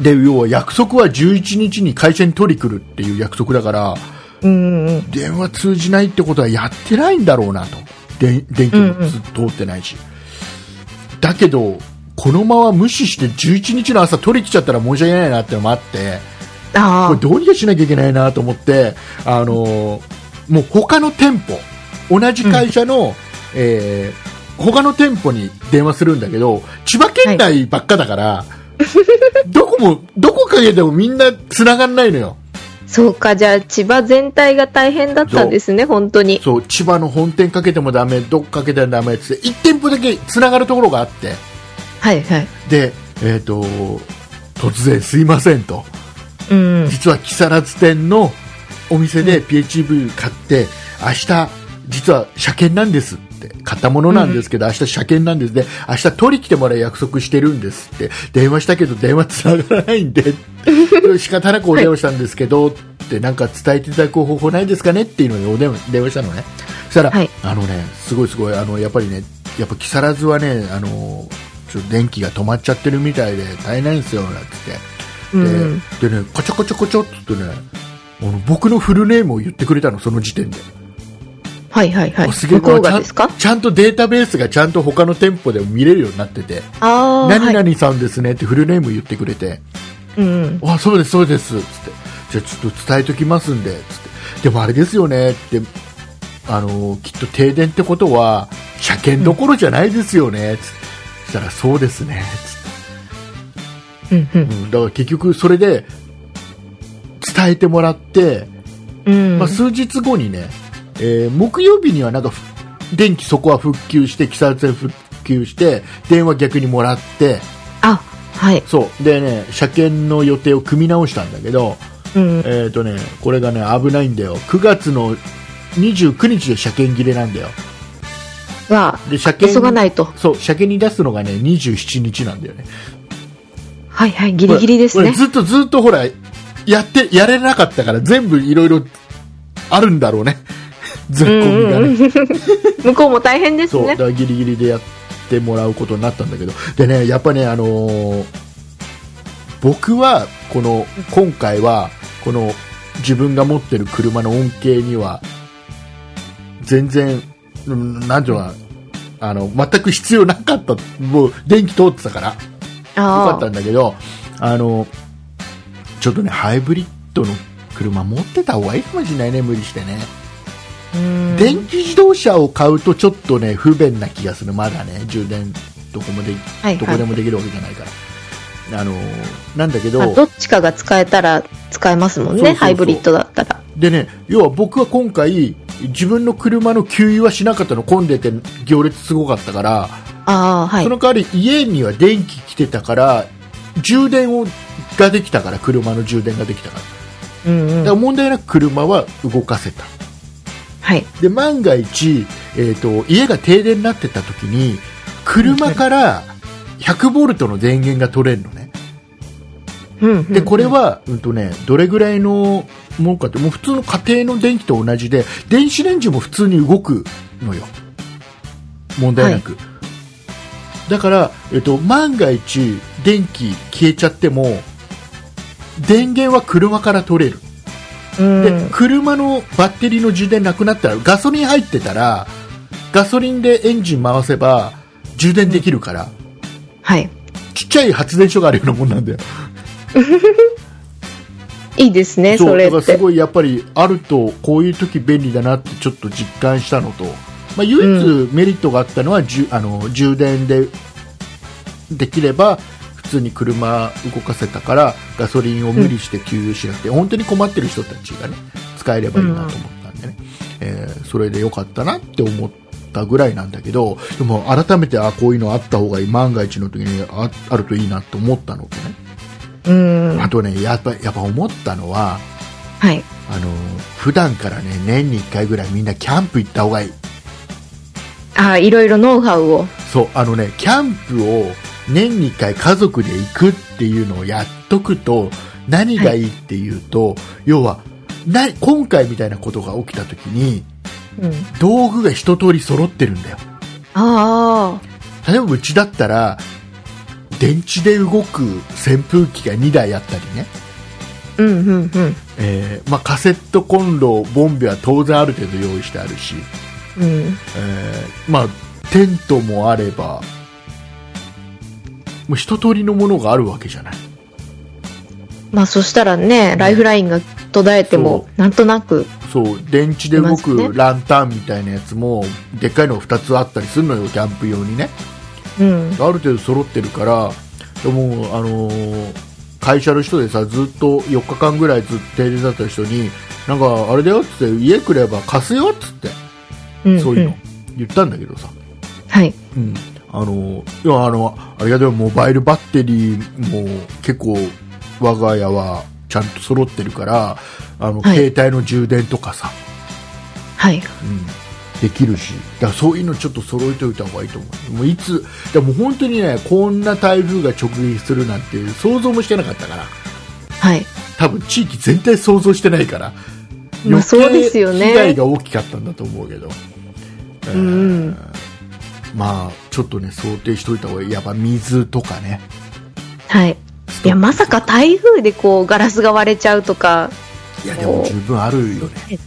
Speaker 2: で、要は約束は11日に会社に取り来るっていう約束だから、
Speaker 3: うんうん
Speaker 2: 電話通じないってことはやってないんだろうなとで電気も
Speaker 3: うんうん
Speaker 2: ずっと通ってないし、だけどこのまま無視して11日の朝取り来ちゃったら申し訳ないなってのもあって
Speaker 3: あ
Speaker 2: これ
Speaker 3: あ
Speaker 2: どうにかしなきゃいけないなと思って、あのーもう他の店舗、同じ会社の、えー他の店舗に電話するんだけど、千葉県内ばっかだから、どこも、どこかけてもみんな繋がんないのよ。
Speaker 3: そうかじゃあ千葉全体が大変だったんですね本当に
Speaker 2: そう、千葉の本店かけてもダメ、どっかけてもダメってって、1店舗だけ繋がるところがあって、
Speaker 3: はいはい
Speaker 2: で、えっ、と、突然すいませんと。
Speaker 3: うん
Speaker 2: 実は木更津店のお店で PHEV 買って、明日、実は車検なんですって、買ったものなんですけど、明日車検なんですね、明日取り来てもらう約束してるんですって、電話したけど電話つながらないんで、
Speaker 3: [LAUGHS]
Speaker 2: 仕方なくお電話したんですけど、ってなんか伝えていただく方法ないですかねっていうのにお電話電話したのね。そしたら、
Speaker 3: はい
Speaker 2: あのね、すごいすごい、あの、やっぱりね、やっぱ木更津はね、あの、ちょっと電気が止まっちゃってるみたいで大変なんですよ、なんつって。
Speaker 3: う
Speaker 2: で,、
Speaker 3: ん
Speaker 2: でね、こちょこちょこちょっつってね、あの僕のフルネームを言ってくれたの、その時点で。
Speaker 3: はいはいはい
Speaker 2: あすげえ
Speaker 3: 向こう
Speaker 2: あち
Speaker 3: が
Speaker 2: ゃん
Speaker 3: ですか
Speaker 2: ちゃんとデータベースがちゃんと他の店舗でも見れるようになってて、
Speaker 3: ああ
Speaker 2: 何
Speaker 3: はい
Speaker 2: 々さんですねってフルネーム言ってくれて、
Speaker 3: うんうん
Speaker 2: あ、そうです、そうです、つって。じゃあちょっと伝えときますんで、つって。でもあれですよね、って。あの、きっと停電ってことは、車検どころじゃないですよね、つって。そしたら、そうですね、つって。
Speaker 3: うんうん
Speaker 2: うん、だから結局それで伝えてもらって、
Speaker 3: うん
Speaker 2: まあ、数日後にね、えー木曜日にはなんかふ電気そこは復旧して木更津線復旧して電話逆にもらって
Speaker 3: あはい
Speaker 2: そうでね車検の予定を組み直したんだけど、
Speaker 3: うん
Speaker 2: えーとね、これがね危ないんだよ9月の29日で車検切れなんだよ
Speaker 3: は
Speaker 2: で車
Speaker 3: 急がな
Speaker 2: 検
Speaker 3: いと
Speaker 2: そう車検に出すのがね27日なんだよね
Speaker 3: はいはいギリギリです
Speaker 2: 俺
Speaker 3: ね
Speaker 2: 俺ずっとずっとほら、やって、やれなかったから全部いろいろあるんだろうね。ずっこみがね。
Speaker 3: うんうんうん向こうも大変です
Speaker 2: そう、だ
Speaker 3: ね
Speaker 2: からギリギリでやってもらうことになったんだけど。でね、やっぱね、あのー僕は、この、今回は、この、自分が持ってる車の恩恵には、全然、うんなんていうのかな、あの、全く必要なかった。もう、電気通ってたから。よか
Speaker 3: あ
Speaker 2: った
Speaker 3: あ
Speaker 2: んだけど、あの、ちょっとね、ハイブリッドの車持ってた方がいいかもしれないね、無理してね。
Speaker 3: うん
Speaker 2: 電気自動車を買うとちょっとね、不便な気がする、まだね、充電、どこもでき、
Speaker 3: はい
Speaker 2: どこ
Speaker 3: は
Speaker 2: で
Speaker 3: い
Speaker 2: もできるわけじゃないから。あの、なんだけ
Speaker 3: まあ
Speaker 2: ど、
Speaker 3: どっちかが使えたら使えますもん
Speaker 2: そうそう
Speaker 3: ね
Speaker 2: そう
Speaker 3: ハイブリッドだったら
Speaker 2: でね、要は僕は今回、自分の車の給油はしなかったの、混んでて行列すごかったから、
Speaker 3: ああはい
Speaker 2: その代わり家には電気来てたから、充電を、ができたから、車の充電ができたから。
Speaker 3: うん
Speaker 2: だか
Speaker 3: う
Speaker 2: ら
Speaker 3: ん
Speaker 2: 問題なく車は動かせた
Speaker 3: はい
Speaker 2: で万が一、えー、と家が停電になってた時に車から100ボルトの電源が取れるのね
Speaker 3: うんうん
Speaker 2: でこれは、うんとね、どれぐらいのものかってもう普通の家庭の電気と同じで電子レンジも普通に動くのよ問題なく、だから、えっと、万が一電気消えちゃっても電源は車から取れる
Speaker 3: うん
Speaker 2: で、車のバッテリーの充電なくなったらガソリン入ってたらガソリンでエンジン回せば充電できるから、
Speaker 3: はい
Speaker 2: ちっちゃい発電所があるようなもんなんだよ、
Speaker 3: いいですね
Speaker 2: そう
Speaker 3: それ
Speaker 2: だから
Speaker 3: っ
Speaker 2: す
Speaker 3: て
Speaker 2: ごいやっぱりあるとこういう時便利だなってちょっと実感したのと、まあ、唯一メリットがあったのは、じゅあの充電でできれば普通に車動かせたからガソリンを無理して給油しなくて、本当に困ってる人たちがね使えればいいなと思ったんでね、えーそれで良かったなって思ったぐらいなんだけどでも改めてあこういうのあった方がいい万が一の時にああるといいなと思ったのとね、
Speaker 3: うん
Speaker 2: あとねやっぱやっぱ思ったのは
Speaker 3: はい
Speaker 2: あの普段からね年に1回ぐらいみんなキャンプ行った方がいい
Speaker 3: ああいろいろノウハウを
Speaker 2: そうあのねキャンプを年に1回家族で行くっていうのをやっとくと何がいいっていうと、要はな今回みたいなことが起きた時に
Speaker 3: うん
Speaker 2: 道具が一通り揃ってるんだよ
Speaker 3: あ
Speaker 2: 例えばうちだったら電池で動く扇風機が2台あったりね、
Speaker 3: あうんうんうん
Speaker 2: えーまあ、カセットコンロボンベは当然ある程度用意してあるし、
Speaker 3: うん
Speaker 2: えーまあ、テントもあれば、もう一通りのものがあるわけじゃない。
Speaker 3: まあそしたらね、ライフラインが途絶えても
Speaker 2: そ、
Speaker 3: なんとなく、
Speaker 2: そう電池で動
Speaker 3: います
Speaker 2: く
Speaker 3: ね
Speaker 2: ランタンみたいなやつもでっかいのが2つあったりするのよキャンプ用にね
Speaker 3: うん、
Speaker 2: ある程度揃ってるからでもあのー会社の人でさずっと4日間ぐらいずっと停電だった人になんかあれだよっつって家来れば貸すよっつって
Speaker 3: うん、
Speaker 2: そういうの
Speaker 3: ん
Speaker 2: 言ったんだけどさ、
Speaker 3: はい。
Speaker 2: うん、あのいやあのありがとうモバイルバッテリーも結構我が家はちゃんと揃ってるからあの、
Speaker 3: はい
Speaker 2: 携帯の充電とかさ、
Speaker 3: はい。
Speaker 2: うん、できるしだからそういうのちょっと揃えておいた方がいいと思うもういつでも本当にねこんな台風が直撃するなんて想像もしてなかったから
Speaker 3: はい。
Speaker 2: 多分地域全体想像してないから
Speaker 3: まあそうですよね
Speaker 2: 被害が大きかったんだと思うけど、えー
Speaker 3: うん
Speaker 2: まあちょっとね想定しておいた方がいいやっぱ水とかね
Speaker 3: はい。いや、まさか台風でこう、ガラスが割れちゃうとか、
Speaker 2: いやでも十分あるよね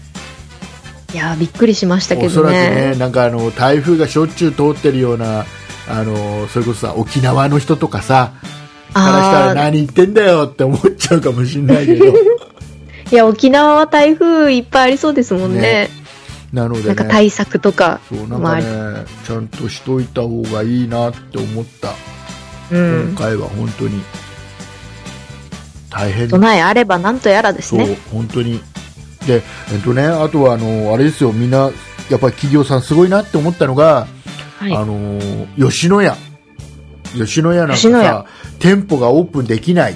Speaker 3: いやーびっくりしましたけ
Speaker 2: おそ
Speaker 3: ど
Speaker 2: らく
Speaker 3: ね
Speaker 2: ね。なんかあの台風がしょっちゅう通ってるようなあのそれこそさ沖縄の人とかさからしたら
Speaker 3: あ
Speaker 2: 何言ってんだよって思っちゃうかもしれない
Speaker 3: [LAUGHS]
Speaker 2: けど
Speaker 3: ーいや、沖縄は台風いっぱいありそうですもんね。
Speaker 2: ねなの
Speaker 3: な
Speaker 2: で
Speaker 3: んか
Speaker 2: ね
Speaker 3: 対策とか。
Speaker 2: そうなんか
Speaker 3: ま
Speaker 2: ねちゃんとしといた方がいいなって思った
Speaker 3: う
Speaker 2: 今
Speaker 3: ん。
Speaker 2: 回は本当に大変
Speaker 3: 備えあればなんとやらです
Speaker 2: そう
Speaker 3: ね。
Speaker 2: 本当にでえっとねあとはあのあれですよみんなやっぱり企業さんすごいなって思ったのが、
Speaker 3: はい。
Speaker 2: あの吉野家吉野家なんか
Speaker 3: 吉野家
Speaker 2: さ店舗がオープンできない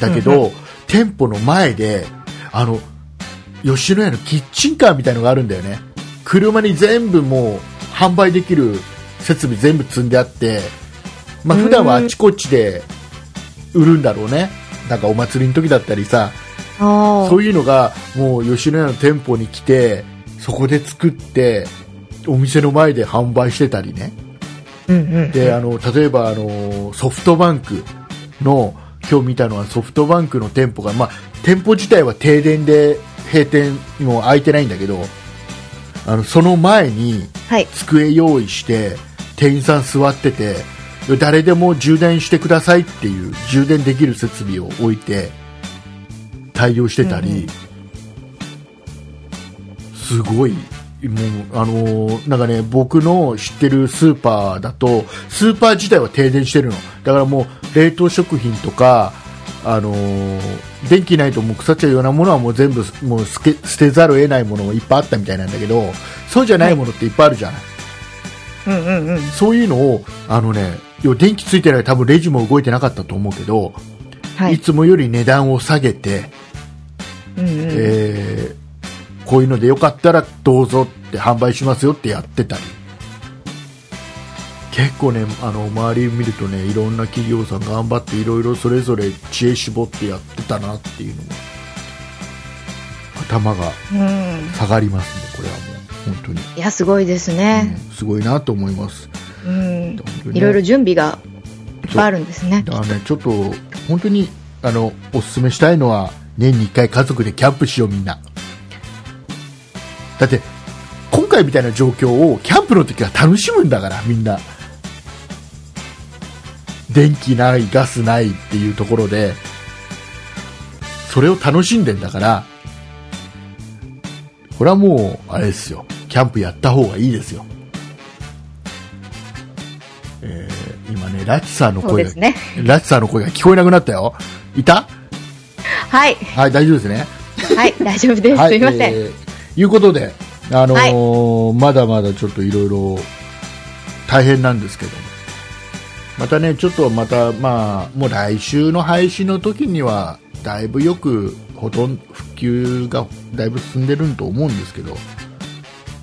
Speaker 2: だけど、店舗の前であの吉野家のキッチンカーみたいのがあるんだよね車に全部もう販売できる設備全部積んであってまあ
Speaker 3: うん
Speaker 2: 普段はあちこちで売るんだろうねなんかお祭りの時だったりさ
Speaker 3: あ
Speaker 2: そういうのがもう吉野家の店舗に来てそこで作ってお店の前で販売してたりね
Speaker 3: あ。うんうん。
Speaker 2: であの例えばあのソフトバンクの今日見たのはソフトバンクの店舗が、まあ、店舗自体は停電で閉店もう開いてないんだけどあのその前に
Speaker 3: はい。
Speaker 2: 机用意して店員さん座ってて誰でも充電してくださいっていう充電できる設備を置いて対応してたり、
Speaker 3: うん
Speaker 2: すごいもうあのーなんかね僕の知ってるスーパーだとスーパー自体は停電してるのだからもう冷凍食品とかあのー電気ないともう腐っちゃうようなものはもう全部もう捨て捨てざるを得ないものもいっぱいあったみたいなんだけどそうじゃないものっていっぱいあるじゃない、
Speaker 3: うんうんうん。
Speaker 2: そういうのを、あのね、要は電気ついてない多分レジも動いてなかったと思うけど、、
Speaker 3: はいい。
Speaker 2: つもより値段を下げて、
Speaker 3: うんうん。
Speaker 2: えーこういうのでよかったらどうぞって販売しますよってやってたり。結構ね、あの、周り見るとね、いろんな企業さん頑張っていろいろそれぞれ知恵絞ってやってたなっていうのも、頭が
Speaker 3: うん。
Speaker 2: 下がりますね、これはもう、本当に。
Speaker 3: いや、すごいですね。
Speaker 2: うんすごいなと思います。
Speaker 3: う
Speaker 2: 本
Speaker 3: ん。
Speaker 2: 当にね
Speaker 3: いろいろ準備がいっぱいあるんですね。
Speaker 2: だからね、ちょっと本当にあのおすすめしたいのは年に1回家族でキャンプしようみんなだって今回みたいな状況をキャンプの時は楽しむんだからみんな電気ないガスないっていうところでそれを楽しんでんだからこれはもうあれですよキャンプやった方がいいですよ、えー今ねラチさんの
Speaker 3: そう
Speaker 2: 声が
Speaker 3: ですね。
Speaker 2: ラッツさんの声が聞こえなくなったよ。いた
Speaker 3: はい。
Speaker 2: はい、大丈夫ですね。
Speaker 3: はい。大丈夫です。
Speaker 2: はい、
Speaker 3: すいません。
Speaker 2: えーいうことで、あのーまだまだちょっといろいろ大変なんですけどもまたね、ちょっとまた、まあ、もう来週の配信の時には、だいぶよく、ほとんど復旧がだいぶ進んでると思うんですけど、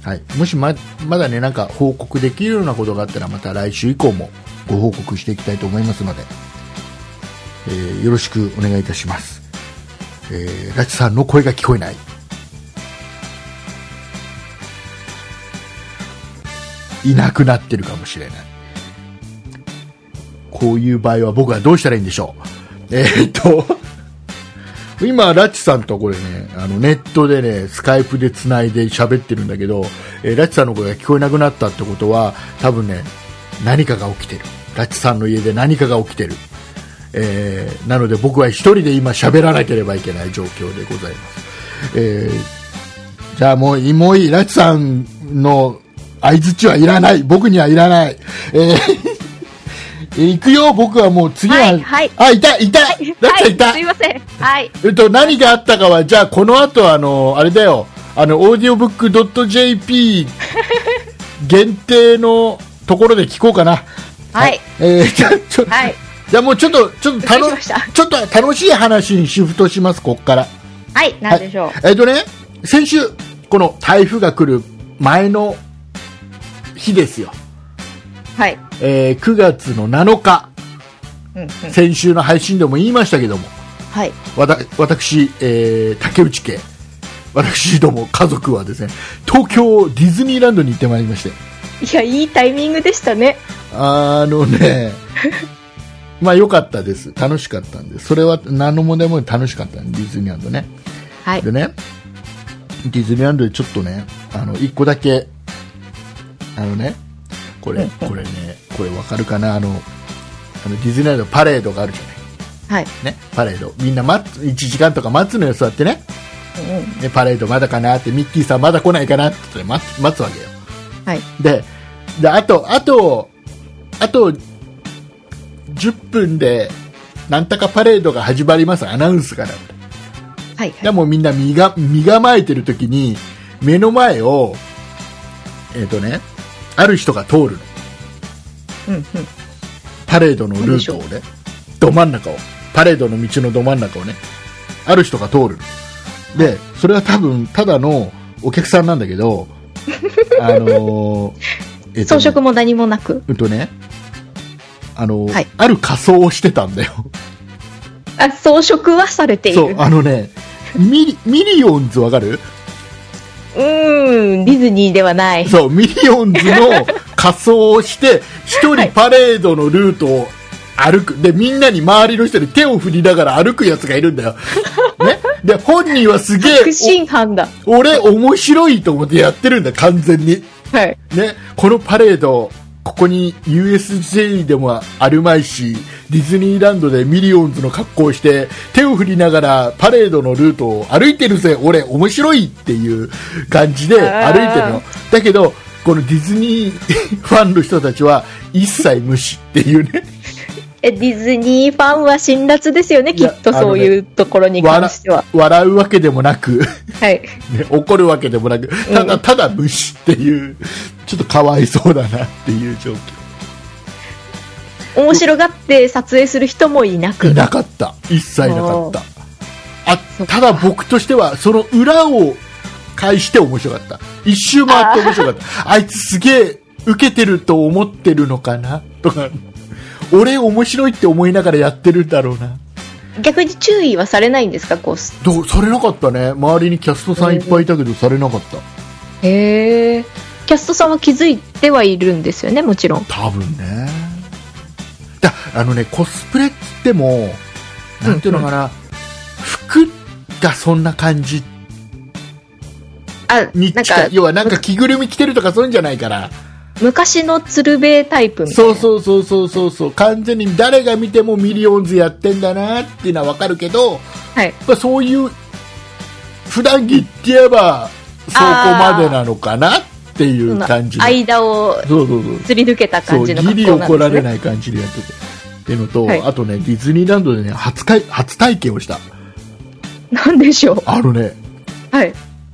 Speaker 2: はい、もしままだね、なんか報告できるようなことがあったら、また来週以降もご報告していきたいと思いますので、えーよろしくお願いいたします。えー、ラチさんの声が聞こえない。いなくなってるかもしれない。こういう場合は僕はどうしたらいいんでしょう。えーっと、今、ラチさんとこれね、あのネットでね、スカイプで繋いで喋ってるんだけど、えーラチさんの声が聞こえなくなったってことは、多分ね、何かが起きてる。ラチさんの家で何かが起きてる。えーなので僕は一人で今喋らなければいけない状況でございます、えーじゃあもういもういいラチさんの相づちはいらない僕にはいらない、え
Speaker 3: [LAUGHS]
Speaker 2: ー行くよ僕はもう次は、
Speaker 3: はいはい
Speaker 2: あいたいた、ラチさんいた、
Speaker 3: はい、すいません。はい。
Speaker 2: えっと、何があったかは、じゃあ、この後、あの、あれだよ、あの、オーディオブックドット
Speaker 3: [LAUGHS]
Speaker 2: JP 限定のところで聞こうかな。
Speaker 3: はい。
Speaker 2: えー、じゃあ、ちょ、
Speaker 3: はい。
Speaker 2: じゃあもうちょっと、ちょっと
Speaker 3: 失礼し
Speaker 2: 楽
Speaker 3: ました
Speaker 2: ちょっと楽しい話にシフトします、こっから。
Speaker 3: はい。なんでしょう。
Speaker 2: えっとね、先週、この台風が来る前の日ですよ。
Speaker 3: はい。
Speaker 2: えー9月の7日、
Speaker 3: うんうん。
Speaker 2: 先週の配信でも言いましたけども、
Speaker 3: はい。
Speaker 2: わた私、えー竹内家私ども家族はですね東京ディズニーランドに行ってまいりまして
Speaker 3: いや、いいタイミングでしたね。
Speaker 2: あのね
Speaker 3: [LAUGHS]
Speaker 2: まあ良かったです楽しかったんでそれは何の問題も楽しかったんでディズニーランドね
Speaker 3: はい。
Speaker 2: でねディズニーランドでちょっとねあの1個だけあのねこれこれねこれわかるかなあのあのディズニーランドパレードがあるじゃない
Speaker 3: はい。
Speaker 2: ねパレードみんな待つ1時間とか待つのよ座ってね
Speaker 3: うんうん。
Speaker 2: でパレードまだかなってミッキーさんまだ来ないかなって言って待つ待つわけよ
Speaker 3: はい。
Speaker 2: でであとあとあと10分でなんたかパレードが始まりますアナウンスから
Speaker 3: はい。
Speaker 2: でもうみんな身が身構えてる時に目の前をえっ、とねある人が通るの
Speaker 3: うんうん。
Speaker 2: パレードのルートをねど真ん中をパレードの道のど真ん中をねある人が通るのでそれは多分ただのお客さんなんだけ
Speaker 3: [LAUGHS]
Speaker 2: どあのーえっと
Speaker 3: 装
Speaker 2: ね
Speaker 3: 飾も何もなく。
Speaker 2: うんとねあのー
Speaker 3: はい
Speaker 2: ある仮装をしてたんだよ
Speaker 3: あ、装飾はされてい
Speaker 2: そう
Speaker 3: る。
Speaker 2: あのねミリミリオンズわかる
Speaker 3: うーん、ディズニーではない。
Speaker 2: そうミリオンズの仮装をして一人パレードのルートを歩くでみんなに周りの人に手を振りながら歩くやつがいるんだよ、ね、で本人はすげえ
Speaker 3: 不審犯だ。
Speaker 2: お俺面白いと思ってやってるんだよ完全に、
Speaker 3: はい。
Speaker 2: ね、このパレードここに USJ でもあるまいしディズニーランドでミリオンズの格好をして手を振りながらパレードのルートを歩いてるぜ俺面白いっていう感じで歩いてる
Speaker 3: あ
Speaker 2: のだけどこのディズニー [LAUGHS] ファンの人たちは一切無視っていうね
Speaker 3: [LAUGHS] え、ディズニーファンは辛辣ですよね、きっと
Speaker 2: いやあの
Speaker 3: そう
Speaker 2: ね
Speaker 3: いうところに関
Speaker 2: 笑
Speaker 3: しては。
Speaker 2: 笑うわけでもな
Speaker 3: [LAUGHS]
Speaker 2: く、ね、
Speaker 3: はい。
Speaker 2: 怒るわけでもなくただただ無視っていうちょっとかわいそうだなっていう状況
Speaker 3: 面白がって撮影する人もいなく。
Speaker 2: いなかった一切なかったあ
Speaker 3: そっか
Speaker 2: ただ僕としてはその裏を返して面白かった一周回って面白か [LAUGHS] ったあいつすげえ受けてると思ってるのかなとか俺面白いって思いながらやってるんだろうな
Speaker 3: 逆に注意はされないんですか、こう。
Speaker 2: どうされなかったね周りにキャストさんいっぱいいたけどされなかった
Speaker 3: へえ。キャストさんは気づいてはいるんですよね、もちろん。
Speaker 2: 多分ねだあのねコスプレっつってもなんていうのかな、服がそんな感じって
Speaker 3: あ、
Speaker 2: に
Speaker 3: なん
Speaker 2: 近い
Speaker 3: か、
Speaker 2: 要はなんか着ぐるみ着てるとかそういうんじゃないから
Speaker 3: 昔の鶴瓶タイプみたいな。
Speaker 2: そうそうそうそうそうそう完全に誰が見てもミリオンズやってんだなっていうのはわかるけどや
Speaker 3: はい。
Speaker 2: っぱそういう普段着って言えばそこまでなのかなっていう感じ
Speaker 3: その
Speaker 2: で
Speaker 3: 間を
Speaker 2: そうそうそう
Speaker 3: すり抜けた
Speaker 2: そ
Speaker 3: 感
Speaker 2: う
Speaker 3: じの
Speaker 2: ギ
Speaker 3: 格
Speaker 2: リ
Speaker 3: 好なんです、ね、
Speaker 2: 怒られない感じでやっててっていうのと、
Speaker 3: はい
Speaker 2: あとねディズニーランドでね初かい初体験をした
Speaker 3: なんでしょう。
Speaker 2: あのね
Speaker 3: はい。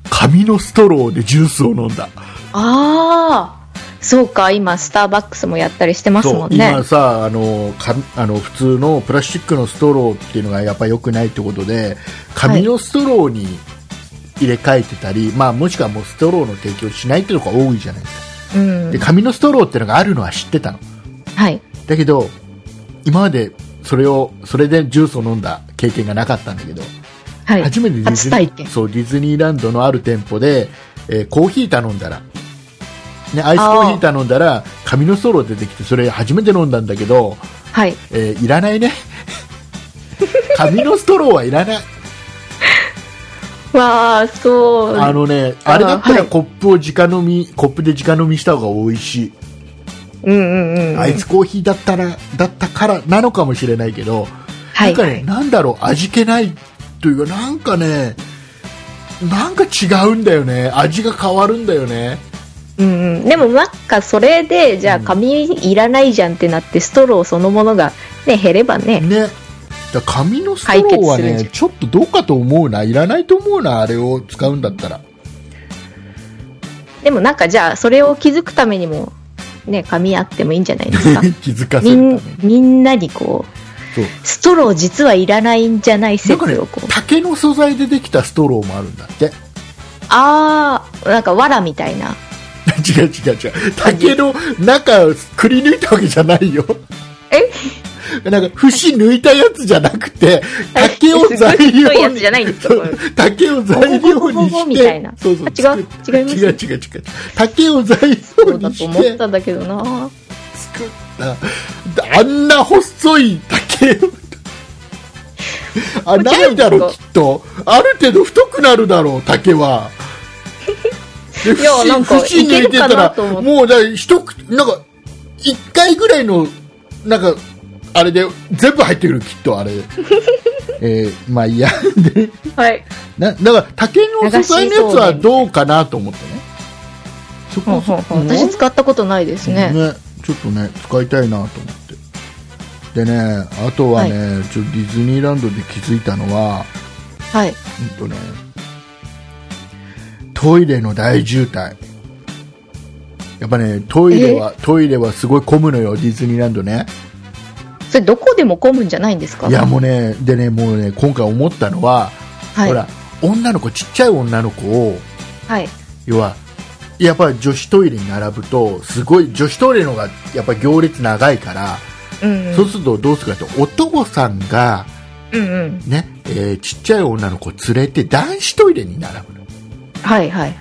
Speaker 2: 紙のストローでジュースを飲んだ
Speaker 3: ああ、そうか、今、スターバックスもやったりしてます
Speaker 2: そ
Speaker 3: も
Speaker 2: うん
Speaker 3: ね
Speaker 2: 今。さあのかあの普通のプラスチックのストローっていうのがやっぱ良くないってことで紙のストローに入れ替えてたり、まあ、もしくはもうストローの提供しないっていうとこが多いじゃないですか
Speaker 3: うん
Speaker 2: で。紙のストローっていうのがあるのは知ってたの
Speaker 3: はい。
Speaker 2: だけど今までそれをそれでジュースを飲んだ経験がなかったんだけど、
Speaker 3: はい。
Speaker 2: 初めてディズ
Speaker 3: 初体
Speaker 2: ニー
Speaker 3: 験。
Speaker 2: そうディズニーランドのある店舗で、えーコーヒー頼んだら、ね、アイスコーヒー頼んだら紙のストロー出てきてそれ初めて飲んだんだけど
Speaker 3: はい。
Speaker 2: えーいらないね紙のストローはいらない
Speaker 3: わあ、そう。
Speaker 2: あのね
Speaker 3: あー
Speaker 2: あれだったら
Speaker 3: はい
Speaker 2: コップを直飲みコップで直飲みした方が美味しい、
Speaker 3: うんうんうん。
Speaker 2: アイスコーヒーだったらだったからなのかもしれないけど
Speaker 3: はい
Speaker 2: なんかね、なんだろう、味気ないというか、なんかね、なんか違うんだよね。味が変わるんだよね。
Speaker 3: うんうん、でもなんかそれでじゃあ紙いらないじゃんってなってストローそのものが、ね、減ればね
Speaker 2: ね。だから紙のストローは
Speaker 3: 解決
Speaker 2: ね、
Speaker 3: する
Speaker 2: ちょっとどうかと思うな。いらないと思うな、あれを使うんだったら。
Speaker 3: でもなんかじゃあそれを気づくためにも、ね、紙 [LAUGHS] あってもいいんじゃないですか
Speaker 2: [LAUGHS] 気づかせ
Speaker 3: み
Speaker 2: るため
Speaker 3: ん
Speaker 2: に。
Speaker 3: みんなにこ
Speaker 2: そう
Speaker 3: うストロー実はいらないんじゃ [LAUGHS] ない
Speaker 2: な
Speaker 3: 説
Speaker 2: んかね
Speaker 3: をこう、、
Speaker 2: 竹の素材でできたストローもあるんだって。 [LAUGHS]
Speaker 3: ああなんか藁みたいな
Speaker 2: 違う違う違う。竹の中くり抜いたわけじゃないよ。[LAUGHS]
Speaker 3: え
Speaker 2: なんか、節抜いたやつじゃなくて、竹を材
Speaker 3: すごい太い
Speaker 2: 料
Speaker 3: やつ
Speaker 2: に
Speaker 3: じゃないんです
Speaker 2: [LAUGHS]
Speaker 3: か
Speaker 2: そ
Speaker 3: これ
Speaker 2: う竹を材料に
Speaker 3: ゴゴゴゴゴ
Speaker 2: し
Speaker 3: み
Speaker 2: て
Speaker 3: たいな、
Speaker 2: そうそう
Speaker 3: あ違う
Speaker 2: 作る
Speaker 3: 違います
Speaker 2: 違う違う違う。竹を材
Speaker 3: そ
Speaker 2: 料
Speaker 3: うだ
Speaker 2: に
Speaker 3: と思っ
Speaker 2: して
Speaker 3: たんだけどな
Speaker 2: 作った、あんな細い竹
Speaker 3: [LAUGHS]
Speaker 2: を。あ、
Speaker 3: こっちが
Speaker 2: ないだろ
Speaker 3: こ
Speaker 2: う、
Speaker 3: う
Speaker 2: きっと。ある程度太くなるだろう、竹は。で
Speaker 3: いや
Speaker 2: 節
Speaker 3: なんか
Speaker 2: 節抜いてた
Speaker 3: いけるかな
Speaker 2: ら
Speaker 3: と思、って
Speaker 2: もう、だから一口、なんか、一回ぐらいの、なんか、あれで、全部入ってくる、きっと、あ
Speaker 3: [LAUGHS]
Speaker 2: れ。えー、まあいいや。で、
Speaker 3: はい
Speaker 2: な、だから、竹の素材のやつはどうかなと思ってね。そ
Speaker 3: ほう
Speaker 2: こ、
Speaker 3: ほうほう
Speaker 2: うん
Speaker 3: 私使ったことないですね
Speaker 2: ちょっとね使いたいなと思ってでねあとはね、ちょっとディズニーランドで気づいたのは
Speaker 3: はい
Speaker 2: うんとねトイレの大渋滞やっぱねトイレはトイレはすごい混むのよディズニーランドね
Speaker 3: それどこでも混むんじゃないんですか
Speaker 2: いやもうねでねもうね今回思ったのは、
Speaker 3: はい
Speaker 2: ほら女の子ちっちゃい女の子を
Speaker 3: はい
Speaker 2: 要はやっぱ女子トイレに並ぶとすごい女子トイレの方がやっぱ行列長いから、
Speaker 3: うんうん
Speaker 2: そうするとどうするかってお父さんが、
Speaker 3: うんうん
Speaker 2: ねえーちっちゃい女の子連れて男子トイレに並ぶの
Speaker 3: はいはい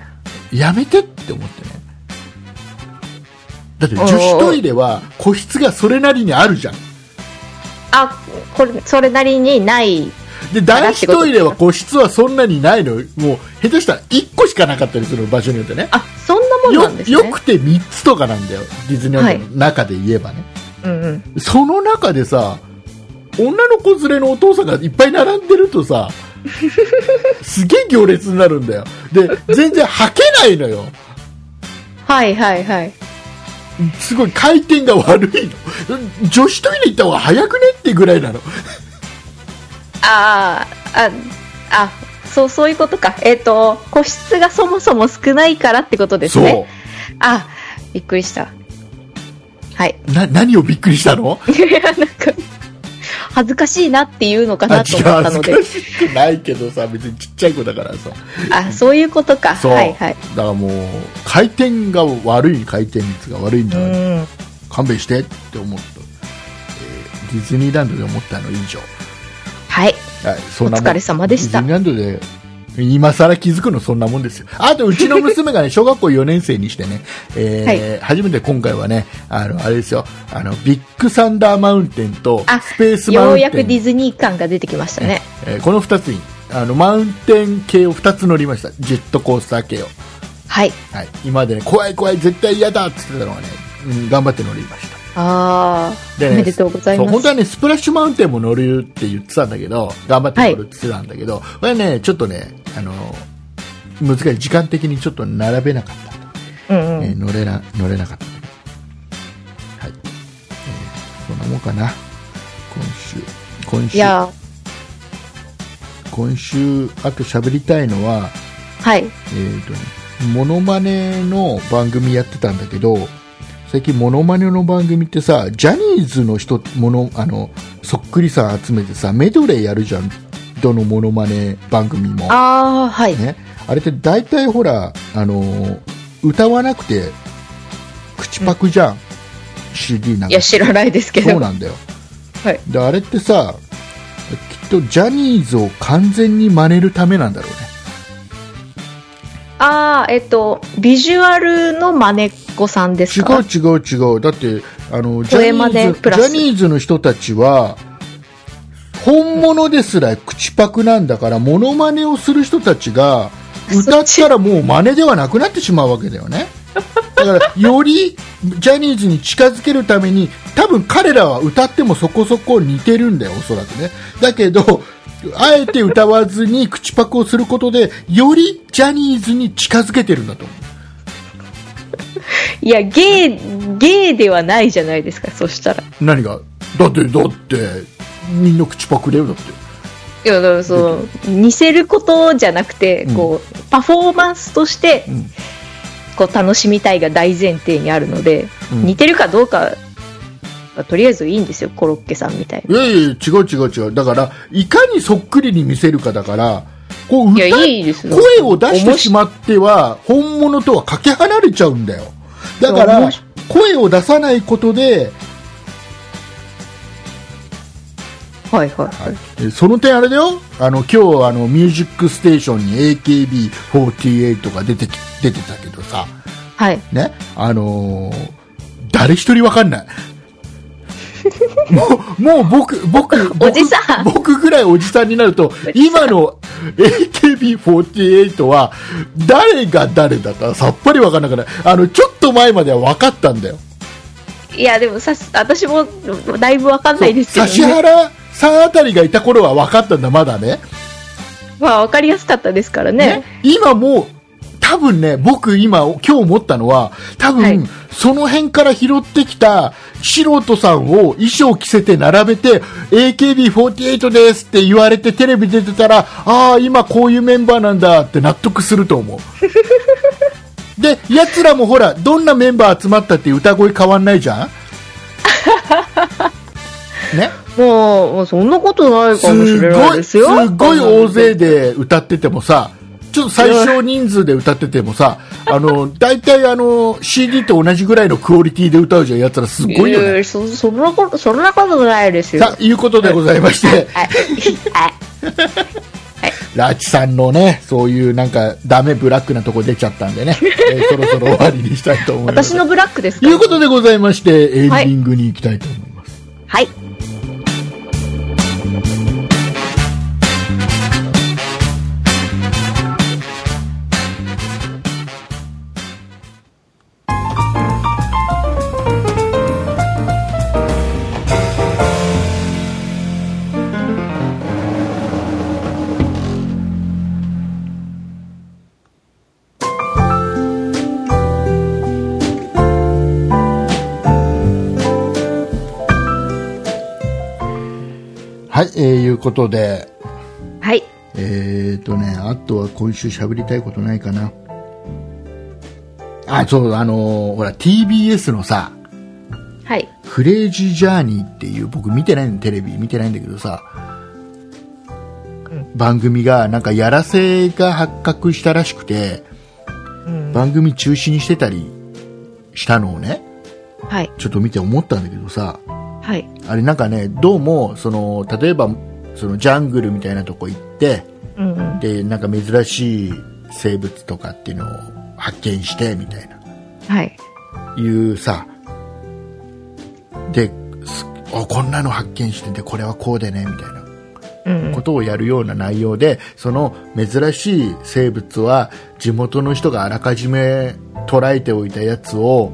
Speaker 2: やめてって思ってねだって女子トイレは個室がそれなりにあるじゃん
Speaker 3: あこれそれなりにない
Speaker 2: で男子トイレは個室はそんなにないのもう下手したら1個しかなかったりする場所によってね
Speaker 3: あそんなもん
Speaker 2: よ
Speaker 3: なんですね
Speaker 2: よくて3つとかなんだよディズニーランドの中で言えばね、
Speaker 3: うんうん
Speaker 2: その中でさ女の子連れのお父さんがいっぱい並んでると
Speaker 3: [LAUGHS]
Speaker 2: さすげえ行列になるんだよで全然履けないのよ
Speaker 3: はいはいはい
Speaker 2: すごい回転が悪いの女子トイレ行った方が早くねってぐらいなの
Speaker 3: ああああそうそういうことかえっ、と個室がそもそも少ないからってことですねあびっくりしたはい [LAUGHS]
Speaker 2: うな何をびっくりしたの
Speaker 3: いやなんか恥ずかしいなっていうのか
Speaker 2: あ
Speaker 3: なと
Speaker 2: 違
Speaker 3: 思
Speaker 2: う
Speaker 3: った
Speaker 2: 恥
Speaker 3: の
Speaker 2: ず
Speaker 3: で
Speaker 2: かしくないけどさ別にちっちゃい子だからさ
Speaker 3: あそういうことか
Speaker 2: そう、
Speaker 3: はいはい
Speaker 2: だからもう回転が悪い回転率が悪いん
Speaker 3: う
Speaker 2: だから、
Speaker 3: ん
Speaker 2: 勘弁してって思った、えーディズニーランドで思ったの以上
Speaker 3: はい
Speaker 2: はい、そんなもん
Speaker 3: お疲れ様でした
Speaker 2: ディズニーランドで今更気づくのそんなもんですよ。あと、うちの娘がね、小学校4年生にしてね、えー初めて今回はね、あの、あれですよ、あの、ビッグサンダーマウンテンと
Speaker 3: あ
Speaker 2: スペースマ
Speaker 3: よ
Speaker 2: ウン
Speaker 3: う
Speaker 2: テ
Speaker 3: や
Speaker 2: ン。
Speaker 3: くディズニー感が出てきましたね
Speaker 2: えーこの2つに、あの、マウンテン系を2つ乗りました。ジェットコースター系を。
Speaker 3: はい
Speaker 2: はい。今までね、怖い怖い、絶対嫌だって言ってたのがね、うん、頑張って乗りました。
Speaker 3: ああ、
Speaker 2: で
Speaker 3: お
Speaker 2: ね
Speaker 3: めでとうござい
Speaker 2: そう
Speaker 3: ま
Speaker 2: 本当
Speaker 3: す
Speaker 2: はねスプラッシュマウンテンも乗るって言ってたんだけど頑張って乗るって言ってたんだけど、これねちょっとねあの難しい時間的にちょっと並べなかった、
Speaker 3: うんう
Speaker 2: え
Speaker 3: ん
Speaker 2: ー乗れな乗れなかったはい、えーそんなもんかな今週今
Speaker 3: い
Speaker 2: 週
Speaker 3: や
Speaker 2: 今週あと喋りたいのは
Speaker 3: はい
Speaker 2: えーとねモノマネの番組やってたんだけど最近モノマネの番組ってさジャニーズの人ものあのそっくりさん集めてさメドレーやるじゃんどのモノマネ番組もあ,、
Speaker 3: ああはい
Speaker 2: ね、あれって大体ほらあの歌わなくて口パクじゃん、CD なん
Speaker 3: い
Speaker 2: か
Speaker 3: や知らないですけど
Speaker 2: そうなんだよ
Speaker 3: はい
Speaker 2: であれってさきっとジャニーズを完全に真似るためなんだろうね
Speaker 3: ああえっとビジュアルの真似っこさんです
Speaker 2: 違
Speaker 3: か
Speaker 2: う違う違うだってあのジャ
Speaker 3: 声
Speaker 2: ニ
Speaker 3: まで
Speaker 2: ーズ
Speaker 3: プラス
Speaker 2: ジャニーズの人たちは本物ですら口パクなんだからモノマネ
Speaker 3: [LAUGHS]
Speaker 2: をする人たちが歌ったらもう真似ではなくなってしまうわけだよねだからよりジャニーズに近づけるために多分彼らは歌ってもそこそこ似てるんだよおそらくねだけどあえて歌わずに口パクをすることでよりジャニーズに近づけてるんだと思う
Speaker 3: いや、ゲー、ゲーではないじゃないですか、そしたら。
Speaker 2: 何がだってだってみんな口パクだよだって
Speaker 3: いや、だからその、似せることじゃなくて、
Speaker 2: うん
Speaker 3: こう、パフォーマンスとして、
Speaker 2: うん
Speaker 3: こう、楽しみたいが大前提にあるので、
Speaker 2: うん
Speaker 3: 似てるかどうかは、とりあえずいいんですよ、コロッケさんみたい
Speaker 2: いやいや違う違う違うだからいかにそっくりに見せるかだからこう
Speaker 3: な。
Speaker 2: 歌
Speaker 3: いや、いいですよ。
Speaker 2: 声を出してしまっては本物とはかけ離れちゃうんだよだか
Speaker 3: そう
Speaker 2: ら
Speaker 3: 面白
Speaker 2: 声を出さないことで、
Speaker 3: はいはいはい。
Speaker 2: えその点あれだよあの今日あの「ミュージックステーション」に AKB48 が出てき出てたけどさ
Speaker 3: はい。
Speaker 2: ねあのー誰一人わかんないもうもう僕僕僕
Speaker 3: [LAUGHS] おじさん
Speaker 2: 僕ぐらいおじさんになると今の AKB48 は誰が誰だかさっぱりわかんなくないあのちょっと前までは分かったんだよ
Speaker 3: いや、でもさ、私も、だいぶわかんないですけど、
Speaker 2: 指
Speaker 3: ね。
Speaker 2: 原さんあたりがいた頃は分かったんだまだね
Speaker 3: まあ、わかりやすかったですからね。
Speaker 2: 今もう多分ね僕今今日思ったのは多分、
Speaker 3: はい
Speaker 2: その辺から拾ってきた素人さんを衣装着せて並べて AKB48 ですって言われてテレビ出てたらああ今こういうメンバーなんだって納得すると思う
Speaker 3: [LAUGHS]
Speaker 2: で奴らもほらどんなメンバー集まったって歌声変わんないじゃ
Speaker 3: [LAUGHS]
Speaker 2: んね
Speaker 3: もう、もうそんなことないかもしれないですよ。
Speaker 2: すっごい大勢で歌っててもさちょっと最小人数で歌っててもさあの大体あの CD と同じぐらいのクオリティで歌うじゃんやつらすっごいよ
Speaker 3: や
Speaker 2: ね
Speaker 3: やそそんなことそんなことないですよ
Speaker 2: さあいうことでございまして
Speaker 3: はいはい
Speaker 2: ラチさんのねそういうなんかダメブラックなとこ出ちゃったんで
Speaker 3: [LAUGHS]
Speaker 2: ね、えーそろそろ終わりにしたいと思います
Speaker 3: 私のブラックです
Speaker 2: と
Speaker 3: か
Speaker 2: いうことでございましてエンデ
Speaker 3: はい
Speaker 2: ィングに行きたいと思います、
Speaker 3: はい
Speaker 2: はい、えーいうことで
Speaker 3: はい
Speaker 2: えーとね、あとは今週喋りたいことないかな。あ、そう、あのーほら、TBS のさ、
Speaker 3: はい
Speaker 2: クレイジージャーニーっていう、僕見てないの、テレビ見てないんだけどさ、番組が、なんか、やらせが発覚したらしくて、番組中止にしてたりしたのをね、
Speaker 3: はい
Speaker 2: ちょっと見て思ったんだけどさ、
Speaker 3: はい
Speaker 2: あれなんかね、どうも、その、例えば、その、ジャングルみたいなとこ行って、
Speaker 3: うんうん
Speaker 2: でなんか珍しい生物とかっていうのを発見してみたいな
Speaker 3: はい
Speaker 2: いうさですあこんなの発見しててこれはこうでねみたいな
Speaker 3: うん
Speaker 2: ことをやるような内容でその珍しい生物は地元の人があらかじめ捉えておいたやつを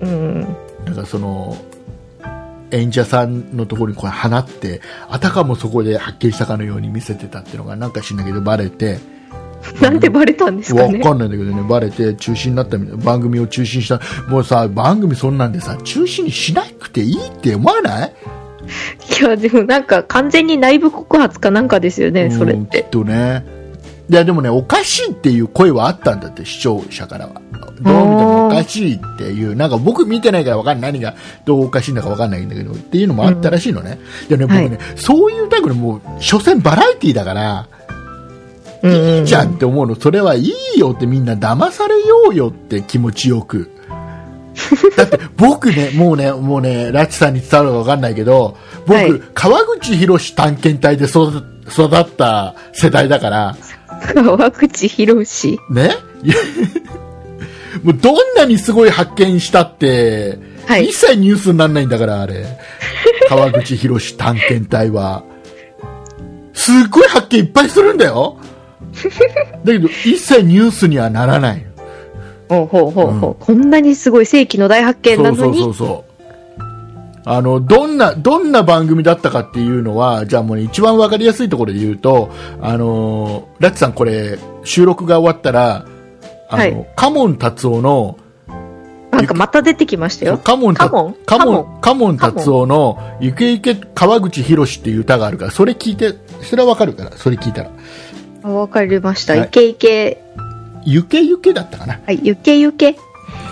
Speaker 3: うん
Speaker 2: なんかその演者さんのところにこう放ってあたかもそこで発見したかのように見せてたっていうのがなんか知んないけどバレて。
Speaker 3: なんでバレたんですか
Speaker 2: わ
Speaker 3: ね
Speaker 2: かんないんだけどね、バレて中止になったみたいな、番組を中止にした、もうさ、番組そんなんでさ、中止にしなくていいって思わない
Speaker 3: いやでもなんか完全に内部告発かなんかですよねそれっ
Speaker 2: うんき
Speaker 3: て
Speaker 2: っとね。いや、でもね、おかしいっていう声はあったんだって、視聴者からは。どう見てもおかしいっていう、なんか僕見てないからわかんない。何がどうおかしいんだかわかんないんだけど、っていうのもあったらしいのね。でね、僕ね、
Speaker 3: はい
Speaker 2: そういうタイプのもう、所詮バラエティだから、
Speaker 3: うんうん
Speaker 2: いいじゃんって思うの、それはいいよってみんな騙されようよって気持ちよ
Speaker 3: [LAUGHS]
Speaker 2: く。だって僕ね、もうね、もうね、ラチさんに伝わるかわかんないけど、僕、
Speaker 3: はい
Speaker 2: 川口博士探検隊で育育った世代だから、
Speaker 3: [LAUGHS] 川口博士
Speaker 2: ね [LAUGHS] もうどんなにすごい発見したって、
Speaker 3: はい
Speaker 2: 一切ニュースにならないんだから、あ
Speaker 3: [LAUGHS]
Speaker 2: れ。川口博士探検隊は。すっごい発見いっぱいするんだよ。だけど、一切ニュースにはならない。
Speaker 3: ほうほうほうほう、こんなにすごい世紀の大発見
Speaker 2: そ
Speaker 3: な
Speaker 2: う
Speaker 3: の
Speaker 2: そう
Speaker 3: に
Speaker 2: そうそうあのどんなどんな番組だったかっていうのはじゃあもう、ね、一番わかりやすいところで言うとあのラッチさんこれ収録が終わったらあの、
Speaker 3: はい
Speaker 2: カモン達夫の
Speaker 3: なんかまた出てきましたよ
Speaker 2: カモンた
Speaker 3: カモン
Speaker 2: カモ
Speaker 3: カ
Speaker 2: ンカモン達夫のゆけゆけ川口博っていう歌があるからそれ聞いてそれはわかるからそれ聞いたら
Speaker 3: あわかりました、
Speaker 2: はい
Speaker 3: イケイケ
Speaker 2: ゆけゆけだったかな
Speaker 3: はいゆけゆけ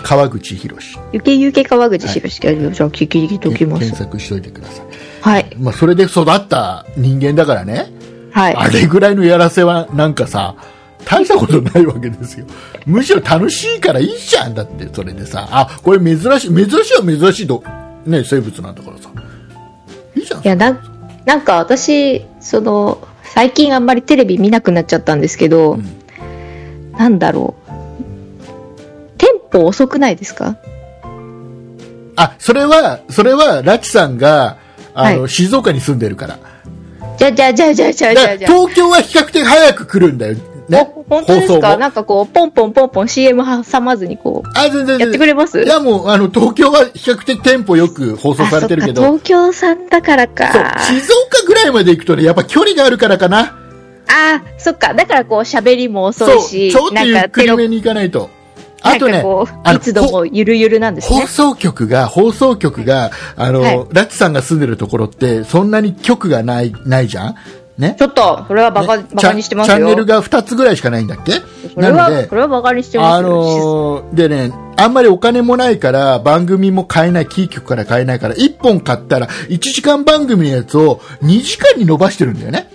Speaker 2: 川口博士
Speaker 3: ゆけゆけ川口博士、じゃあ聞き聞いときま
Speaker 2: 検
Speaker 3: す
Speaker 2: 索しといてください、
Speaker 3: はい
Speaker 2: まあ、それで育った人間だからね
Speaker 3: はい
Speaker 2: あれぐらいのやらせはなんかさ、大したことないわけですよ。むしろ楽しいからいいじゃんだって、それでさ、あ、これ珍しい、珍しいは珍しいと、ね、生物なんだからさ。いいじゃん
Speaker 3: い。やなんなんか私その最近あんまりテレビ見なくなっちゃったんですけど、
Speaker 2: ん
Speaker 3: なんだろうテンポ遅くないですか
Speaker 2: あ、それは、それは、ラチさんが、あの、
Speaker 3: は
Speaker 2: 静岡に住んでるから。
Speaker 3: じゃじゃじゃじゃじ
Speaker 2: だ
Speaker 3: ゃじ
Speaker 2: か
Speaker 3: ゃ
Speaker 2: ら
Speaker 3: じゃ
Speaker 2: 東京は比較的早く来るんだよ。ね
Speaker 3: お、本当で
Speaker 2: 放
Speaker 3: す
Speaker 2: 送
Speaker 3: か
Speaker 2: も
Speaker 3: なんかこうポンポンポンポン CM 挟まずにこう
Speaker 2: あ、全然全然
Speaker 3: やってくれます
Speaker 2: いや、もう、あの、東京は比較的テンポよく放送されてるけ
Speaker 3: あ
Speaker 2: ど、
Speaker 3: そっか東京さんだから
Speaker 2: そう
Speaker 3: か、
Speaker 2: 静岡ぐらいまで行くとね、やっぱ距離があるからかな。
Speaker 3: あーそっかだからこう喋りも遅
Speaker 2: そう
Speaker 3: いし
Speaker 2: ちょっとゆ
Speaker 3: な
Speaker 2: っ
Speaker 3: んか
Speaker 2: く
Speaker 3: テ
Speaker 2: り
Speaker 3: ロ
Speaker 2: めに行かないと。あと
Speaker 3: なん
Speaker 2: ね
Speaker 3: かこ、
Speaker 2: あ
Speaker 3: う
Speaker 2: の
Speaker 3: いつど
Speaker 2: ほ
Speaker 3: もゆるゆるなんですね
Speaker 2: 放送局が、放送局が、あの、
Speaker 3: はい
Speaker 2: ラッチさんが住んでるところって、そんなに局がない、ないじゃんね
Speaker 3: ちょっとこれはバカ,、
Speaker 2: ね
Speaker 3: バカにしてます
Speaker 2: チャン
Speaker 3: よ
Speaker 2: チャンネルが2つぐらいしかないんだっけ
Speaker 3: これ
Speaker 2: なの
Speaker 3: は
Speaker 2: で
Speaker 3: こ、れはバカにしてま
Speaker 2: あ
Speaker 3: すよ、
Speaker 2: のーでね、あんまりお金もないから、番組も買えない、キー局から買えないから、1本買ったら、1時間番組のやつを2時間に伸ばしてるんだよね。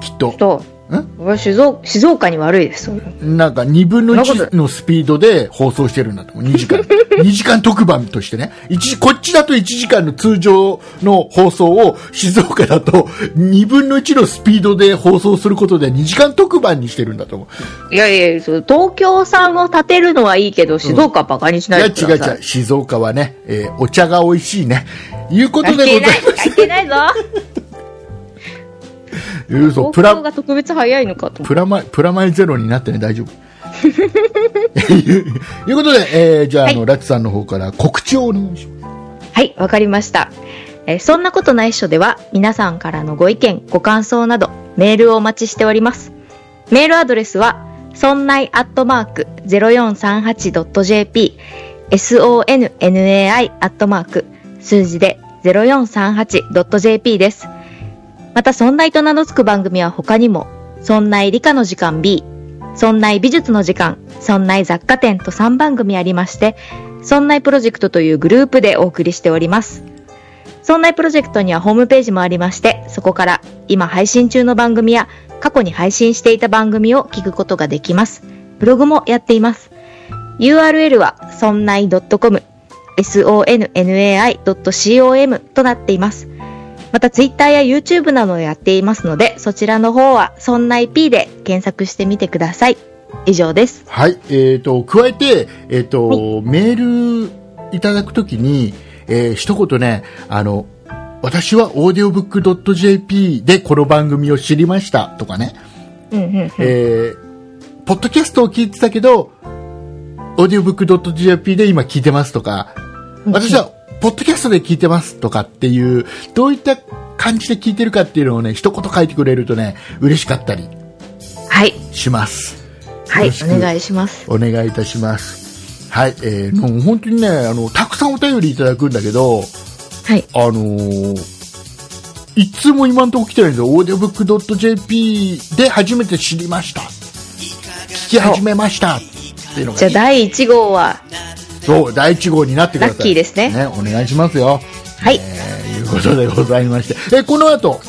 Speaker 2: きっと。
Speaker 3: と
Speaker 2: ん、
Speaker 3: 俺は静岡静岡に悪いです。
Speaker 2: なんか2分の
Speaker 3: そんなこ
Speaker 2: 1のスピードで放送してるんだと思う。2時
Speaker 3: [LAUGHS]
Speaker 2: 間。2時間特番としてね。一こっちだと1時間の通常の放送を静岡だと2分の1のスピードで放送することで2時間特番にしてるんだと思う。
Speaker 3: いやいや、そう東京さんを立てるのはいいけど、静岡はバカにしない
Speaker 2: や
Speaker 3: で
Speaker 2: 違
Speaker 3: く
Speaker 2: う
Speaker 3: だ
Speaker 2: 違
Speaker 3: さい。
Speaker 2: う。静岡はね、えーお茶が美味しいね。いうことで
Speaker 3: 関
Speaker 2: ございま
Speaker 3: 係ない、関係ないぞ。
Speaker 2: す。うんそうプ
Speaker 3: 東
Speaker 2: ラ、
Speaker 3: 京が特別早いのかと思
Speaker 2: プラマイ、プラマイゼロになってね、大丈夫。 [LAUGHS] いうことで、えーじゃあ、あの、ラッツさんの方から告知をお願いします。
Speaker 3: う。はい、わかりました。えーそんなことないっしょでは、皆さんからのご意見、ご感想など、メールをお待ちしております。メールアドレスは、そんないアットマーク 0438.jp、sonnai アットマーク数字で 0438.jp です。また、そんないと名の付く番組は他にも、そんない理科の時間 B、そんない美術の時間、そんない雑貨店と3番組ありまして、そんないプロジェクトというグループでお送りしております。そんないプロジェクトにはホームページもありまして、そこから今配信中の番組や過去に配信していた番組を聞くことができます。ブログもやっています。URL はそんない .com、sonnai.com となっています。また Twitter や YouTube などをやっていますので、そちらの方はそんない P で検索してみてください。以上です。
Speaker 2: はい、えっ、と、加えて、えっ、と、メールいただくときに、えー一言ね、あの、私はオーディオブックドット JP でこの番組を知りましたとかね、
Speaker 3: うんうんうん。
Speaker 2: えーポッドキャストを聞いてたけど、オーディオブックドット JP で今聞いてますとか、私はポッドキャストで聞いてますとかっていう、どういった感じで聞いてるかっていうのをね、一言書いてくれるとね、嬉しかったり
Speaker 3: はい。
Speaker 2: します。
Speaker 3: は
Speaker 2: よ
Speaker 3: い
Speaker 2: ろし、く
Speaker 3: お願いします。
Speaker 2: お願いいたします。はい、えー、もう本当にね、あの、たくさんお便りいただくんだけど、
Speaker 3: はい。
Speaker 2: あのー、いつも今んとこ来てないんですよ。オーディオブックドット JP で初めて知りました。聞き始めました。っていうのが
Speaker 3: じゃあ、第1号は、
Speaker 2: そう、第1号になってください。
Speaker 3: ラッキーですね
Speaker 2: ね、お願いしますよ。
Speaker 3: はい。
Speaker 2: えーいうことでございまして。え、この後、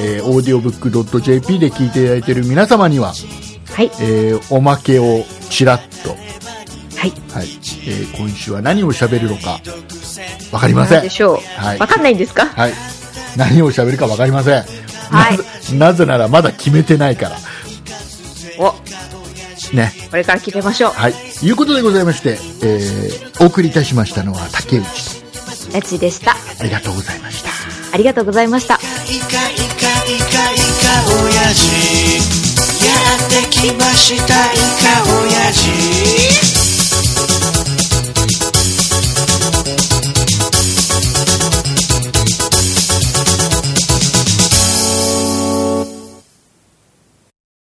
Speaker 2: えー、オーディオブックドット JP で聞いていただいている皆様には、
Speaker 3: はい。
Speaker 2: えーおまけをちらっと
Speaker 3: はい。
Speaker 2: はい、えー今週は何を喋るのかわかりませ
Speaker 3: なん
Speaker 2: ん。
Speaker 3: でしょう。
Speaker 2: はい
Speaker 3: わかんないんですか
Speaker 2: はい、何を喋るかわかりません。
Speaker 3: は
Speaker 2: な
Speaker 3: い
Speaker 2: ぜなぜならまだ決めてないから
Speaker 3: お、
Speaker 2: ね。
Speaker 3: これから決めましょう。
Speaker 2: はい、いうことでございまして、えーお送りいたしましたのは竹内と
Speaker 3: ラチでした。
Speaker 2: ありがとうございました。
Speaker 3: ありがとうございました。
Speaker 1: イカイカイカイカ親父やってきましたイカ親